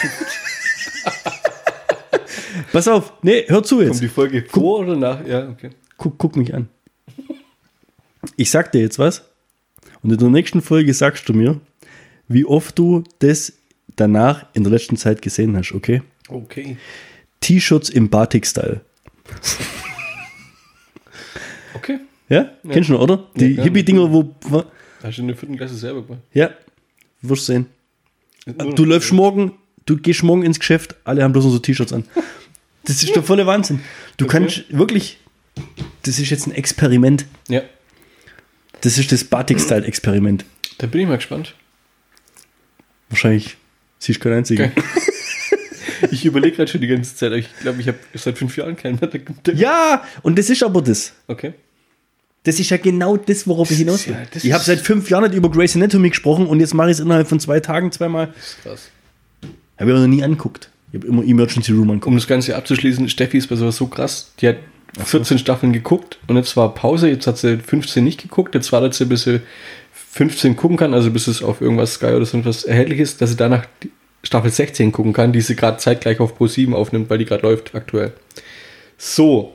Pass auf. Nee, hör zu jetzt.
Kommt die Folge vor oder nach? Ja, okay.
Guck, guck mich an. Ich sag dir jetzt was. Und in der nächsten Folge sagst du mir, wie oft du das danach in der letzten Zeit gesehen hast, okay?
Okay.
T-Shirts im Batik-Style.
Okay.
Ja? Kennst du noch, oder? Die
klar.
Hippie-Dinger, wo. wo-
Hast du in der vierten Klasse selber gemacht?
Ja, wirst sehen.
Nur
Du
noch-
läufst morgen, du gehst morgen ins Geschäft, alle haben bloß noch so T-Shirts an. Das ist der volle Wahnsinn. Du kannst wirklich. Das ist jetzt ein Experiment.
Ja,
Das ist das Batik-Style-Experiment.
da bin ich mal gespannt.
Wahrscheinlich siehst du keinen einzigen.
Okay. Ich überlege gerade schon die ganze Zeit, aber ich glaube, ich habe seit fünf Jahren keinen mehr. Ja.
Ja, und das ist aber das.
Okay.
Das ist ja genau das, worauf ich hinaus
ist
will.
ja- das
ich habe
ist-
seit fünf Jahren nicht über Grey's Anatomy gesprochen und jetzt mache ich es innerhalb von zwei Tagen zweimal.
Das ist krass.
Habe ich aber noch nie anguckt. Ich habe immer Emergency Room anguckt.
Um das Ganze abzuschließen, Steffi ist bei sowas so krass. Die hat 14 Staffeln geguckt und jetzt war Pause, jetzt hat sie 15 nicht geguckt, jetzt wartet sie, bis sie 15 gucken kann, also bis es auf irgendwas Sky oder so etwas erhältlich ist, dass sie danach die Staffel 16 gucken kann, die sie gerade zeitgleich auf Pro 7 aufnimmt, weil die gerade läuft aktuell. So,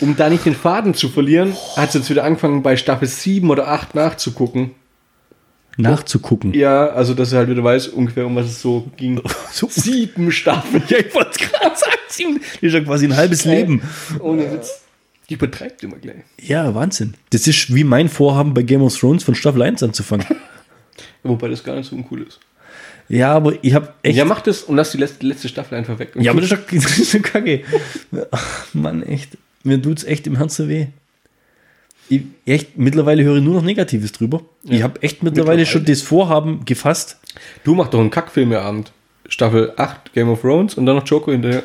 um da nicht den Faden zu verlieren, hat sie jetzt wieder angefangen, bei Staffel 7 oder 8 nachzugucken.
Nachzugucken.
Ja, also dass er halt wieder weiß, ungefähr um was es so ging.
So-
Sieben Staffeln.
Ja, ich wollte es gerade sagen. Sieben- Das ist ja quasi ein halbes Leben.
Ohne Witz. Äh, Die betreibt immer gleich.
Ja, Wahnsinn. Das ist wie mein Vorhaben bei Game of Thrones von Staffel 1 anzufangen.
Wobei das gar nicht so uncool ist.
ja, aber ich habe echt.
Ja, mach das und lass die letzte, letzte Staffel einfach weg. Und
Ja, aber das ist doch, das ist doch kacke. Ach, Mann, echt. Mir tut's echt im Herzen weh. Ich, echt, mittlerweile höre ich nur noch Negatives drüber. Ich habe echt mittlerweile,
Mittlerweile?
schon das Vorhaben gefasst,
Du mach doch einen Kackfilm ihr Abend. Staffel 8 Game of Thrones und dann noch Joko hinterher.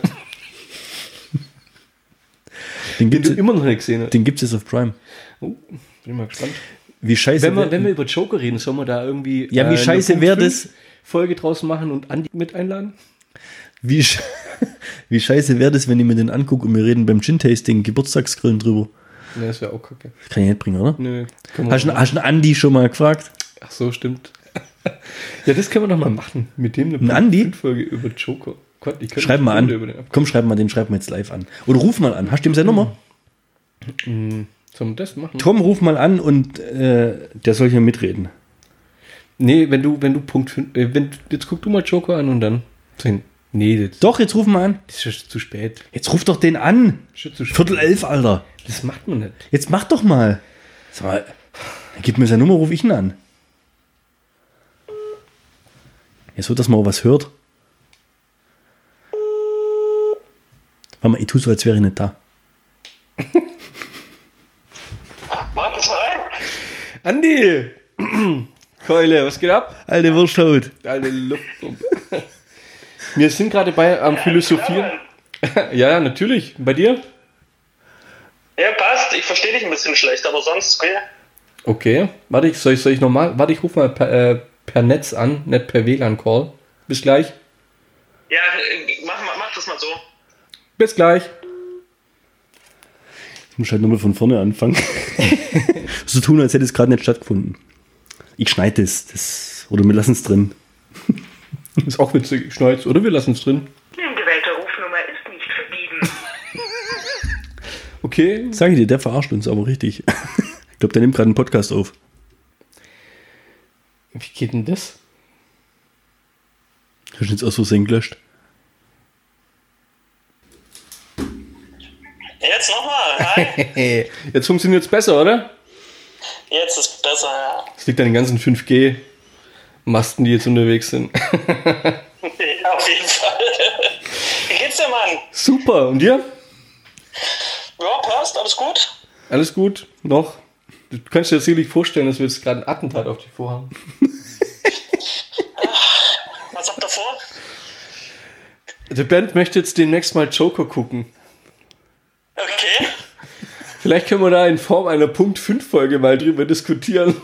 Den
Den gibt
du
es
immer noch nicht gesehen hast.
den gibt's jetzt auf Prime.
Oh, bin mal gespannt.
Wie scheiße.
Wenn wir,
wär-
wenn wir über Joker reden, sollen wir da irgendwie. äh,
Ja, wie
eine
scheiße wär
Punkt
das?
fünf Folge draus machen und Andi mit einladen?
wie, sch- wie scheiße wäre das, wenn ich mir den angucke und wir reden beim Gin-Tasting Geburtstagsgrillen drüber?
Ne, das wäre auch kacke.
Das kann ich nicht bringen, oder?
Nö. kann man-
Hast du hast du einen Andi schon mal gefragt?
Ach so, stimmt. ja, das können wir doch mal machen. Mit dem eine Punkt
Andi?
fünf Folge über Joker. Gott, ich könnte
Schreib mal
eine Stunde über den
an.
ab-
Komm, schreib mal den, schreib mal jetzt live an. Oder ruf mal an. Hast du ihm seine Nummer?
Sollen wir das machen?
Tom, ruf mal an und äh, der soll hier mitreden.
Nee, wenn du, wenn du Punkt 5, äh, wenn, jetzt guck du mal Joker an und dann. Nee, das
Doch, jetzt ruf mal an.
ist schon zu spät.
Jetzt ruf doch den an.
Schon zu spät.
Viertel elf, Alter.
Das macht man nicht.
Jetzt mach doch mal. Sag mal, dann gib mir seine Nummer, ruf ich ihn an. Jetzt wird, dass man auch was hört. Warte mal, ich tue so, als wäre ich nicht da.
Warte mal.
Andi! Keule, was geht ab?
Alte Wurschthaut.
Alte Luftpumpe. Wir sind gerade bei am Philosophieren. ja, natürlich. Bei dir?
Ja, passt. Ich verstehe dich ein bisschen schlecht, aber sonst, okay.
Okay. Warte, ich, soll ich, soll ich nochmal? Warte, ich rufe mal per, äh, per Netz an, nicht per WLAN-Call. Bis gleich.
Ja, äh, mach, mal- mach das mal so.
Bis gleich.
Ich muss halt nochmal von vorne anfangen. so tun, als hätte es gerade nicht stattgefunden. Ich schneide es. Das, oder wir lassen es drin.
Ist auch witzig. Ich schneid's, oder? Wir lassen es drin.
Die gewählte Rufnummer ist nicht vergeben.
Okay.
Sag ich dir, der verarscht uns aber richtig. ich glaube, der nimmt gerade einen Podcast auf.
Wie geht denn das?
Hast du jetzt aus Versehen gelöscht?
Jetzt nochmal. Hi.
Jetzt funktioniert's besser, oder?
Jetzt ist besser, ja.
Es liegt an den ganzen 5G-Masten, die jetzt unterwegs sind.
ja auf jeden Fall. Wie geht's dir, Mann?
Super. Und dir?
Ja, passt. Alles gut?
Alles gut? Noch? Du kannst dir das sicherlich vorstellen, dass wir jetzt gerade ein Attentat auf dich vorhaben.
Was habt ihr vor?
Die Band möchte jetzt demnächst mal Joker gucken.
Okay.
Vielleicht können wir da in Form einer Punkt 5 Folge mal drüber diskutieren.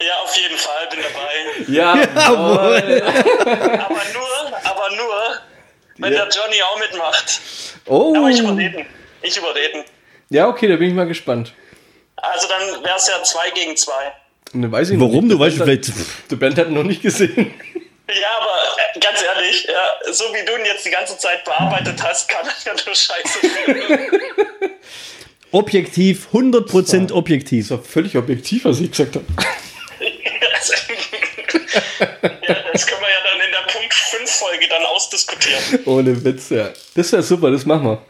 Ja, auf jeden Fall. Bin dabei.
Ja,
Aber nur, aber nur, wenn
Ja.
der Johnny auch mitmacht. Aber
Oh.
ich überreden. Ich überreden.
Ja, okay, da bin ich mal gespannt.
Also dann wär's ja 2 gegen 2.
Und dann weiß ich
Warum?
noch
Du
nicht.
weißt
Die Band
vielleicht.
hat- Die Band hat ihn noch nicht gesehen.
Ja, aber äh, ganz ehrlich, ja, so wie du ihn jetzt die ganze Zeit bearbeitet hast, kann er ja nur scheiße finden.
Objektiv, 100%
Das
objektiv.
war völlig objektiv, was ich gesagt habe.
ja, das können wir ja dann in der Punkt 5 Folge dann ausdiskutieren.
Ohne Witz, ja. Das wäre super, das machen wir.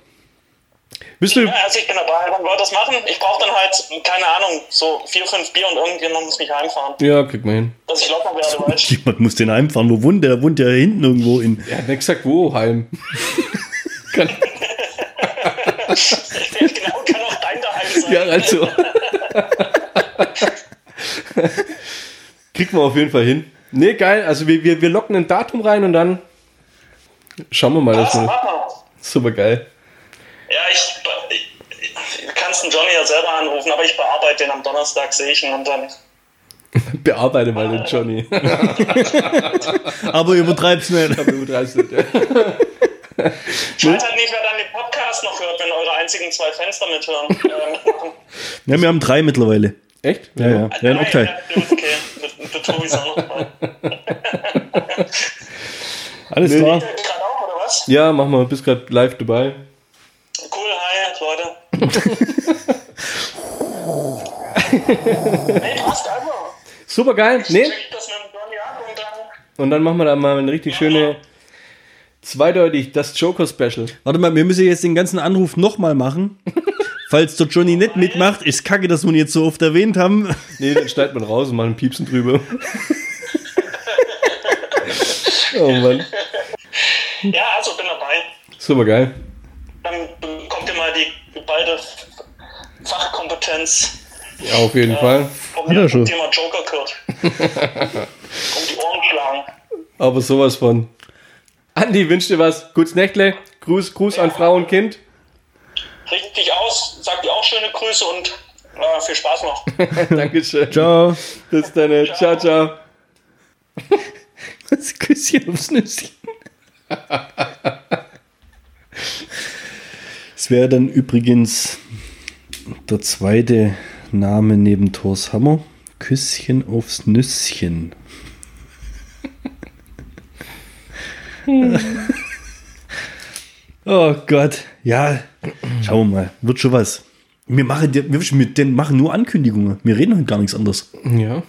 Bist du.
Ja, also ich bin dabei, wann wollt ihr das machen? Ich brauche dann halt, keine Ahnung, so vier, fünf Bier und irgendjemand muss mich heimfahren.
Ja, krieg mal hin.
Dass ich locker werde, weißt du?
Jemand muss den heimfahren. Wo wohnt der? Wohnt der hinten irgendwo in.
Er hat nicht gesagt, wo heim. Kann,
Genau, kann auch dein daheim sein.
ja, also. Kriegt man auf jeden Fall hin. Nee, geil. Also, wir, wir, wir locken ein Datum rein und dann schauen wir mal. Dass
Was,
wir,
mach mal.
super geil.
Ja, ich, ich, ich kannst den Johnny ja selber anrufen, aber ich bearbeite den am Donnerstag, sehe ich ihn und dann.
Bearbeite mal den Johnny.
Aber übertreib's nicht.
Aber übertreibst nicht, ja.
Hm?
Schreibt halt nicht, wer dann den Podcast noch hört, wenn eure einzigen zwei Fenster mithören. Ähm,
Ja, wir haben drei mittlerweile.
Echt?
Ja, ja. Ja, ein Oktay.
Ja, okay, mit, mit Tobi ist auch noch dabei.
Alles klar.
Gerade auch, oder was?
Ja, mach mal. Bist gerade live dabei.
Cool, hi, Leute. nee, passt einfach.
Super geil. Nee?
Check das mit dem Johnny ab und dann.
Und dann machen wir da mal eine richtig schöne zweideutig das Joker Special.
Warte mal, wir müssen jetzt den ganzen Anruf nochmal machen. Falls der Johnny nicht mitmacht, ist kacke, dass wir ihn jetzt so oft erwähnt haben.
Nee, dann schneidet man raus und macht ein Piepsen drüber. oh Mann,
Ja, also bin dabei.
super geil.
Dann bekommt ihr mal die geballte Fachkompetenz äh,
Ja, auf jeden Fall.
vom
Hat er schon.
Thema Joker Kurt. um die Ohren schlagen.
Aber sowas von. Andi, wünsch dir was. Gutes Nächtle. Gruß, Gruß an Frau und Kind.
Richtet dich aus, sagt dir auch schöne Grüße und äh, viel Spaß noch.
Dankeschön.
Ciao.
Bis dann. äh, Ciao, ciao.
Das Küsschen aufs Nüsschen. Es wäre dann übrigens der zweite Name neben Thors Hammer. Küsschen aufs Nüsschen. Hm. oh Gott. Ja, schauen wir mal. Wird schon was. Wir machen, dir- wir wir denn machen nur Ankündigungen. Wir reden heute gar nichts anderes.
Ja,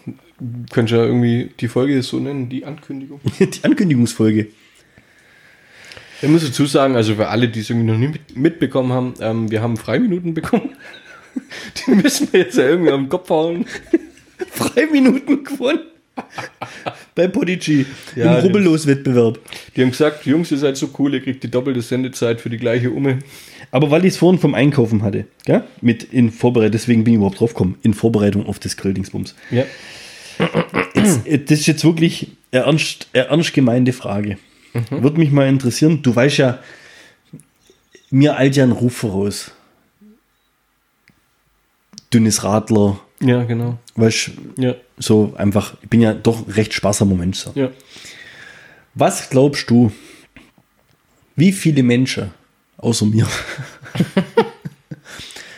könnt ihr ja irgendwie die Folge so nennen, die Ankündigung.
Die Ankündigungsfolge.
Ich muss dazu sagen, also für alle, die es irgendwie noch nie mit- mitbekommen haben, ähm, wir haben Freiminuten bekommen. Die müssen wir jetzt ja irgendwie am Kopf hauen.
drei Minuten gewonnen. Bei Podigy.
Ja,
Im Rubbellos-Wettbewerb.
Die haben gesagt, Jungs, ihr seid so cool, ihr kriegt die doppelte Sendezeit für die gleiche Umme.
Aber weil ich es vorhin vom Einkaufen hatte, gell? Mit in Vorbereitung, deswegen bin ich überhaupt drauf gekommen, in Vorbereitung auf das Grilldingsbums.
Ja.
Äh, Das ist jetzt wirklich eine ernst, eine ernst gemeinte Frage. Würde mich mal interessieren, du weißt ja, mir eilt ja ein Ruf voraus. Dünnes Radler,
Ja, genau.
weißt
Ja,
so einfach, ich bin ja doch recht sparsamer Mensch. So.
ja.
Was glaubst du, wie viele Menschen außer mir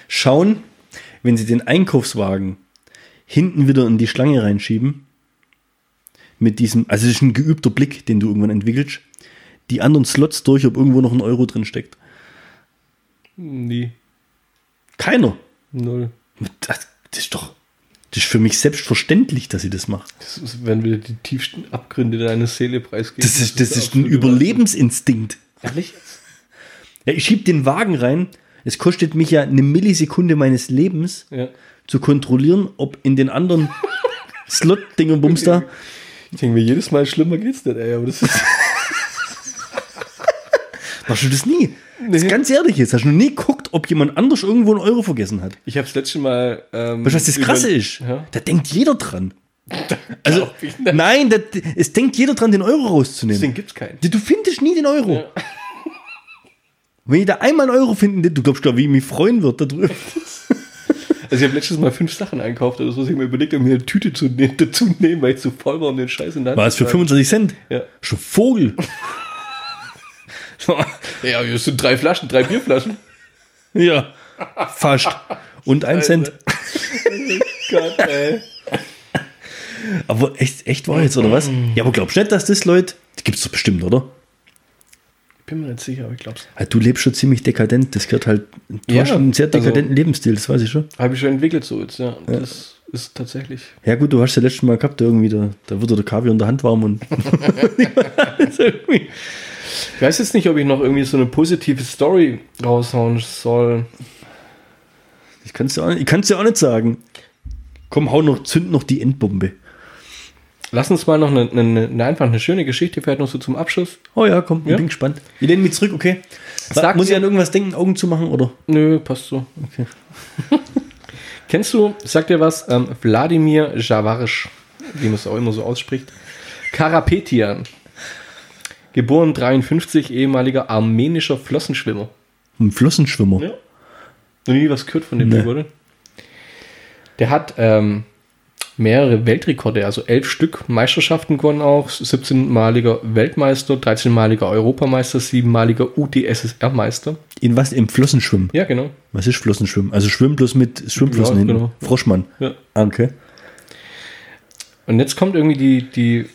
schauen, wenn sie den Einkaufswagen hinten wieder in die Schlange reinschieben? Mit diesem, also es ist ein geübter Blick, den du irgendwann entwickelst, die anderen Slots durch, ob irgendwo noch ein Euro drin steckt.
Nie.
Keiner.
Null.
Das, das ist doch, das ist für mich selbstverständlich, dass sie das macht.
Das ist, wenn wir die tiefsten Abgründe deiner Seele preisgeben.
Das ist, das ist ein
absolut
Überlebensinstinkt.
Ehrlich?
Ja, ich schieb den Wagen rein. Es kostet mich ja eine Millisekunde meines Lebens
Ja.
zu kontrollieren, ob in den anderen Slot-Dinger Bums da.
Ich denke mir, jedes Mal schlimmer geht's nicht, ey, aber das ist.
Machst du das nie? Das ist
Nee.
ganz ehrlich jetzt. Hast du noch nie geguckt, ob jemand anders irgendwo einen Euro vergessen hat?
Ich hab's letzte Mal. Ähm,
Weißt du, was das
über-
Krasse ist?
Ja.
Da denkt jeder dran. Also,
ich nicht.
nein, das, es denkt jeder dran, den Euro
Deswegen
rauszunehmen.
gibt's keinen.
Du findest nie den Euro. Wenn jeder einmal einen Euro finden, du glaubst doch, wie ich mich freuen wird darüber.
Also ich habe letztes Mal fünf Sachen einkauft, also was ich mir überlegt habe, mir eine Tüte zu ne dazu nehmen, weil ich zu voll war, um den Scheiß in der Hand
Was für
zu tragen.
25 Cent?
Ja.
Schon Vogel.
Ja, hier sind drei Flaschen, drei Bierflaschen.
ja, fast. Und ein Cent.
Gott, ey.
Aber echt, echt war jetzt, oder was? Ja, aber glaubst du nicht, dass das Leute. Die gibt es doch bestimmt, oder?
Bin mir nicht sicher, aber ich glaub's.
Ah, Du lebst schon ziemlich dekadent. Das gehört halt. Du
Ja,
hast schon einen sehr
also-
dekadenten Lebensstil, das weiß ich schon.
Habe ich schon entwickelt so jetzt, ja. Das ist tatsächlich.
Ja, gut, du hast ja letztes Mal gehabt, irgendwie, da, da wird dir der Kaviar in der Hand warm und. Das ist irgendwie-
Ich weiß jetzt nicht, ob ich noch irgendwie so eine positive Story raushauen soll.
ich kann es dir, auch nicht- ich kann's dir auch nicht sagen. Komm, hau noch, zünd noch die Endbombe.
Lass uns mal noch eine, eine, eine einfach eine schöne Geschichte, vielleicht noch so zum Abschluss.
Oh ja, komm,
Ja.
ich bin gespannt. Ich lehne mich zurück, okay?
Sag
Muss ich
mir-
an irgendwas denken, Augen zu machen, oder?
Nö, passt so.
Okay.
Kennst du, sagt dir was, ähm, Wladimir Javarisch, wie man es auch immer so ausspricht, Karapetian. Geboren 53, ehemaliger armenischer Flossenschwimmer.
Ein Flossenschwimmer.
Ja. Noch nie was gehört von dem
Nee.
Typ, oder? Der hat ähm, mehrere Weltrekorde, also elf Stück Meisterschaften gewonnen auch, 17-maliger Weltmeister, 13-maliger Europameister, 7-maliger UdSSR-Meister.
In was? Im Flossenschwimmen.
Ja, genau.
Was ist Flossenschwimmen? Also schwimmen bloß mit Schwimmflossen
Ja,
hinten.
genau.
Froschmann.
Ja.
Ah, okay.
Und jetzt kommt irgendwie die, die,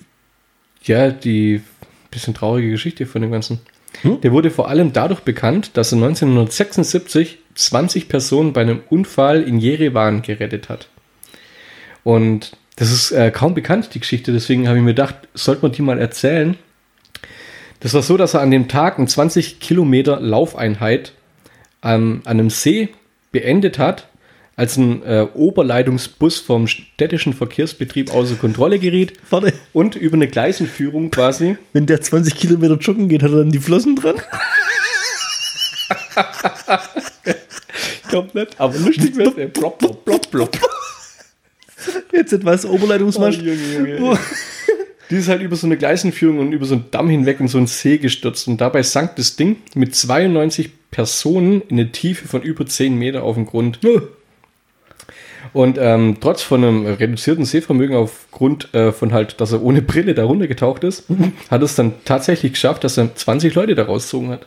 ja, die bisschen traurige Geschichte von dem Ganzen.
Hm?
Der wurde vor allem dadurch bekannt, dass er 1976 20 Personen bei einem Unfall in Jerewan gerettet hat. Und das ist äh, kaum bekannt, die Geschichte, deswegen habe ich mir gedacht, sollte man die mal erzählen. Das war so, dass er an dem Tag eine 20 Kilometer Laufeinheit an, an einem See beendet hat, als ein äh, Oberleitungsbus vom städtischen Verkehrsbetrieb außer Kontrolle geriet
Warte,
und über eine Gleisenführung quasi.
wenn der 20 Kilometer joggen geht, hat er dann die Flossen dran?
Komplett, aber lustig wird der plopp, plopp, plopp, plopp.
Jetzt etwas
Oh,
Oberleitungsmasch.
Junge, Junge. Die ist halt über so eine Gleisenführung und über so einen Damm hinweg in so einen See gestürzt und dabei sank das Ding mit 92 Personen in eine Tiefe von über 10 Meter auf den Grund. Und ähm, trotz von einem reduzierten Sehvermögen aufgrund äh, von halt, dass er ohne Brille da runtergetaucht ist, hat es dann tatsächlich geschafft, dass er 20 Leute da rausgezogen hat.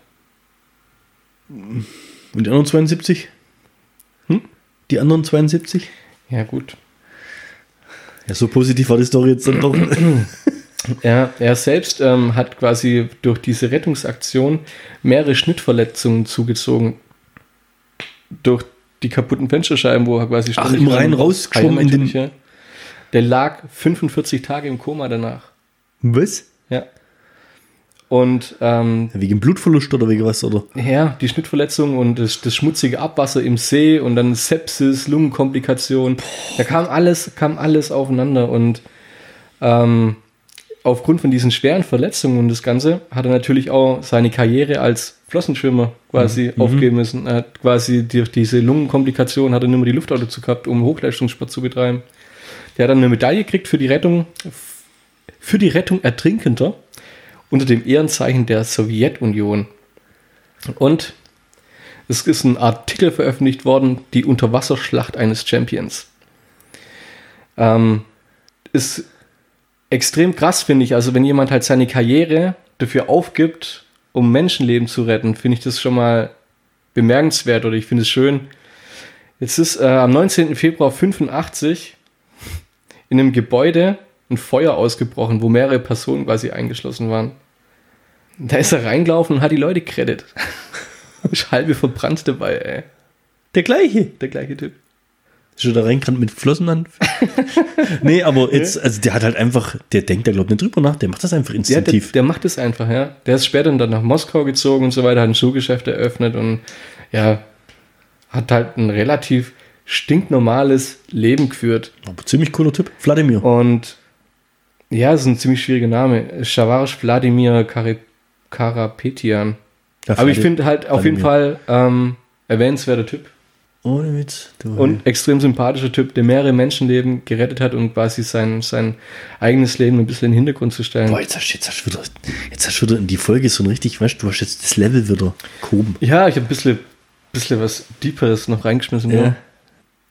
Und die anderen 72? Hm? Die anderen 72?
Ja, gut.
Ja, so positiv war die Story jetzt dann doch.
Er, er selbst ähm, hat quasi durch diese Rettungsaktion mehrere Schnittverletzungen zugezogen. Durch die kaputten Fensterscheiben, wo er quasi
Ach,
ständig
im Rein-
ran-
rausgeschoben in den-
natürlich, ja. Der lag 45 Tage im Koma danach.
Was?
Ja. Und ähm,
Wegen Blutverlust oder wegen was, oder?
ja, die Schnittverletzung und das, das schmutzige Abwasser im See und dann Sepsis, Lungenkomplikationen. Da kam alles, kam alles aufeinander und ähm, aufgrund von diesen schweren Verletzungen und das Ganze hat er natürlich auch seine Karriere als Flossenschwimmer quasi aufgeben müssen. Er hat quasi durch diese Lungenkomplikationen hat er nicht mehr die Luft dazu gehabt, um Hochleistungssport zu betreiben. Der hat dann eine Medaille gekriegt für die Rettung, für die Rettung Ertrinkender unter dem Ehrenzeichen der Sowjetunion. Und es ist ein Artikel veröffentlicht worden, die Unterwasserschlacht eines Champions. Ähm, ist extrem krass, finde ich. Also wenn jemand halt seine Karriere dafür aufgibt, um Menschenleben zu retten, finde ich das schon mal bemerkenswert oder ich finde es schön. Jetzt ist äh, am 19. Februar 85 in einem Gebäude ein Feuer ausgebrochen, wo mehrere Personen quasi eingeschlossen waren. Da ist er reingelaufen und hat die Leute gerettet. Ist halbe verbrannt dabei, ey.
Der gleiche.
Der gleiche Typ.
Ist schon da reingerannt mit Flossenhand? nee, aber jetzt, also der hat halt einfach, der denkt da, glaubt nicht drüber nach, der macht das einfach
Der, der,
instinktiv.
der macht es einfach, ja. Der ist später dann nach Moskau gezogen und so weiter, hat ein Schuhgeschäft eröffnet und ja, hat halt ein relativ stinknormales Leben geführt.
aber ziemlich cooler Typ. Vladimir.
Und ja, ist ein ziemlich schwieriger Name. Shavarsh Wladimir Kare- Karapetian.
Ja,
Aber ich
Vladi-
finde halt auf jeden
Wladimir.
Fall ähm, erwähnenswerter Typ.
Ohne Witz. Du,
Und extrem sympathischer Typ, der mehrere Menschenleben gerettet hat und quasi sein, sein eigenes Leben ein bisschen in den Hintergrund zu stellen.
Boah, jetzt hast, jetzt, hast du wieder, jetzt hast du wieder in die Folge so ein richtig, weißt du, du hast jetzt das Level wieder gehoben.
Ja, ich habe ein bisschen, bisschen was Deeperes noch reingeschmissen.
Ja.
Ja.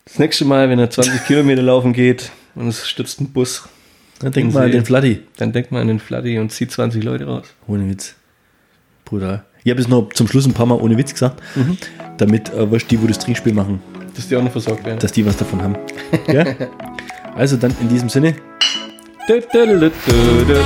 Das nächste Mal, wenn er 20 Kilometer laufen geht und es stürzt ein Bus,
Dann denk
Den
mal an
See.
den Vladi.
dann denkt man an den Fladdy und zieht 20 Leute raus.
Ohne Witz. Brutal. Ich habe es noch zum Schluss ein paar Mal ohne Witz gesagt,
Mhm.
damit, äh, weißt du, die, wo das Trinkspiel machen,
Dass die auch noch versorgt werden.
dass die was davon haben. Ja? Also dann in diesem Sinne.
Dö, dö, dö, dö, dö.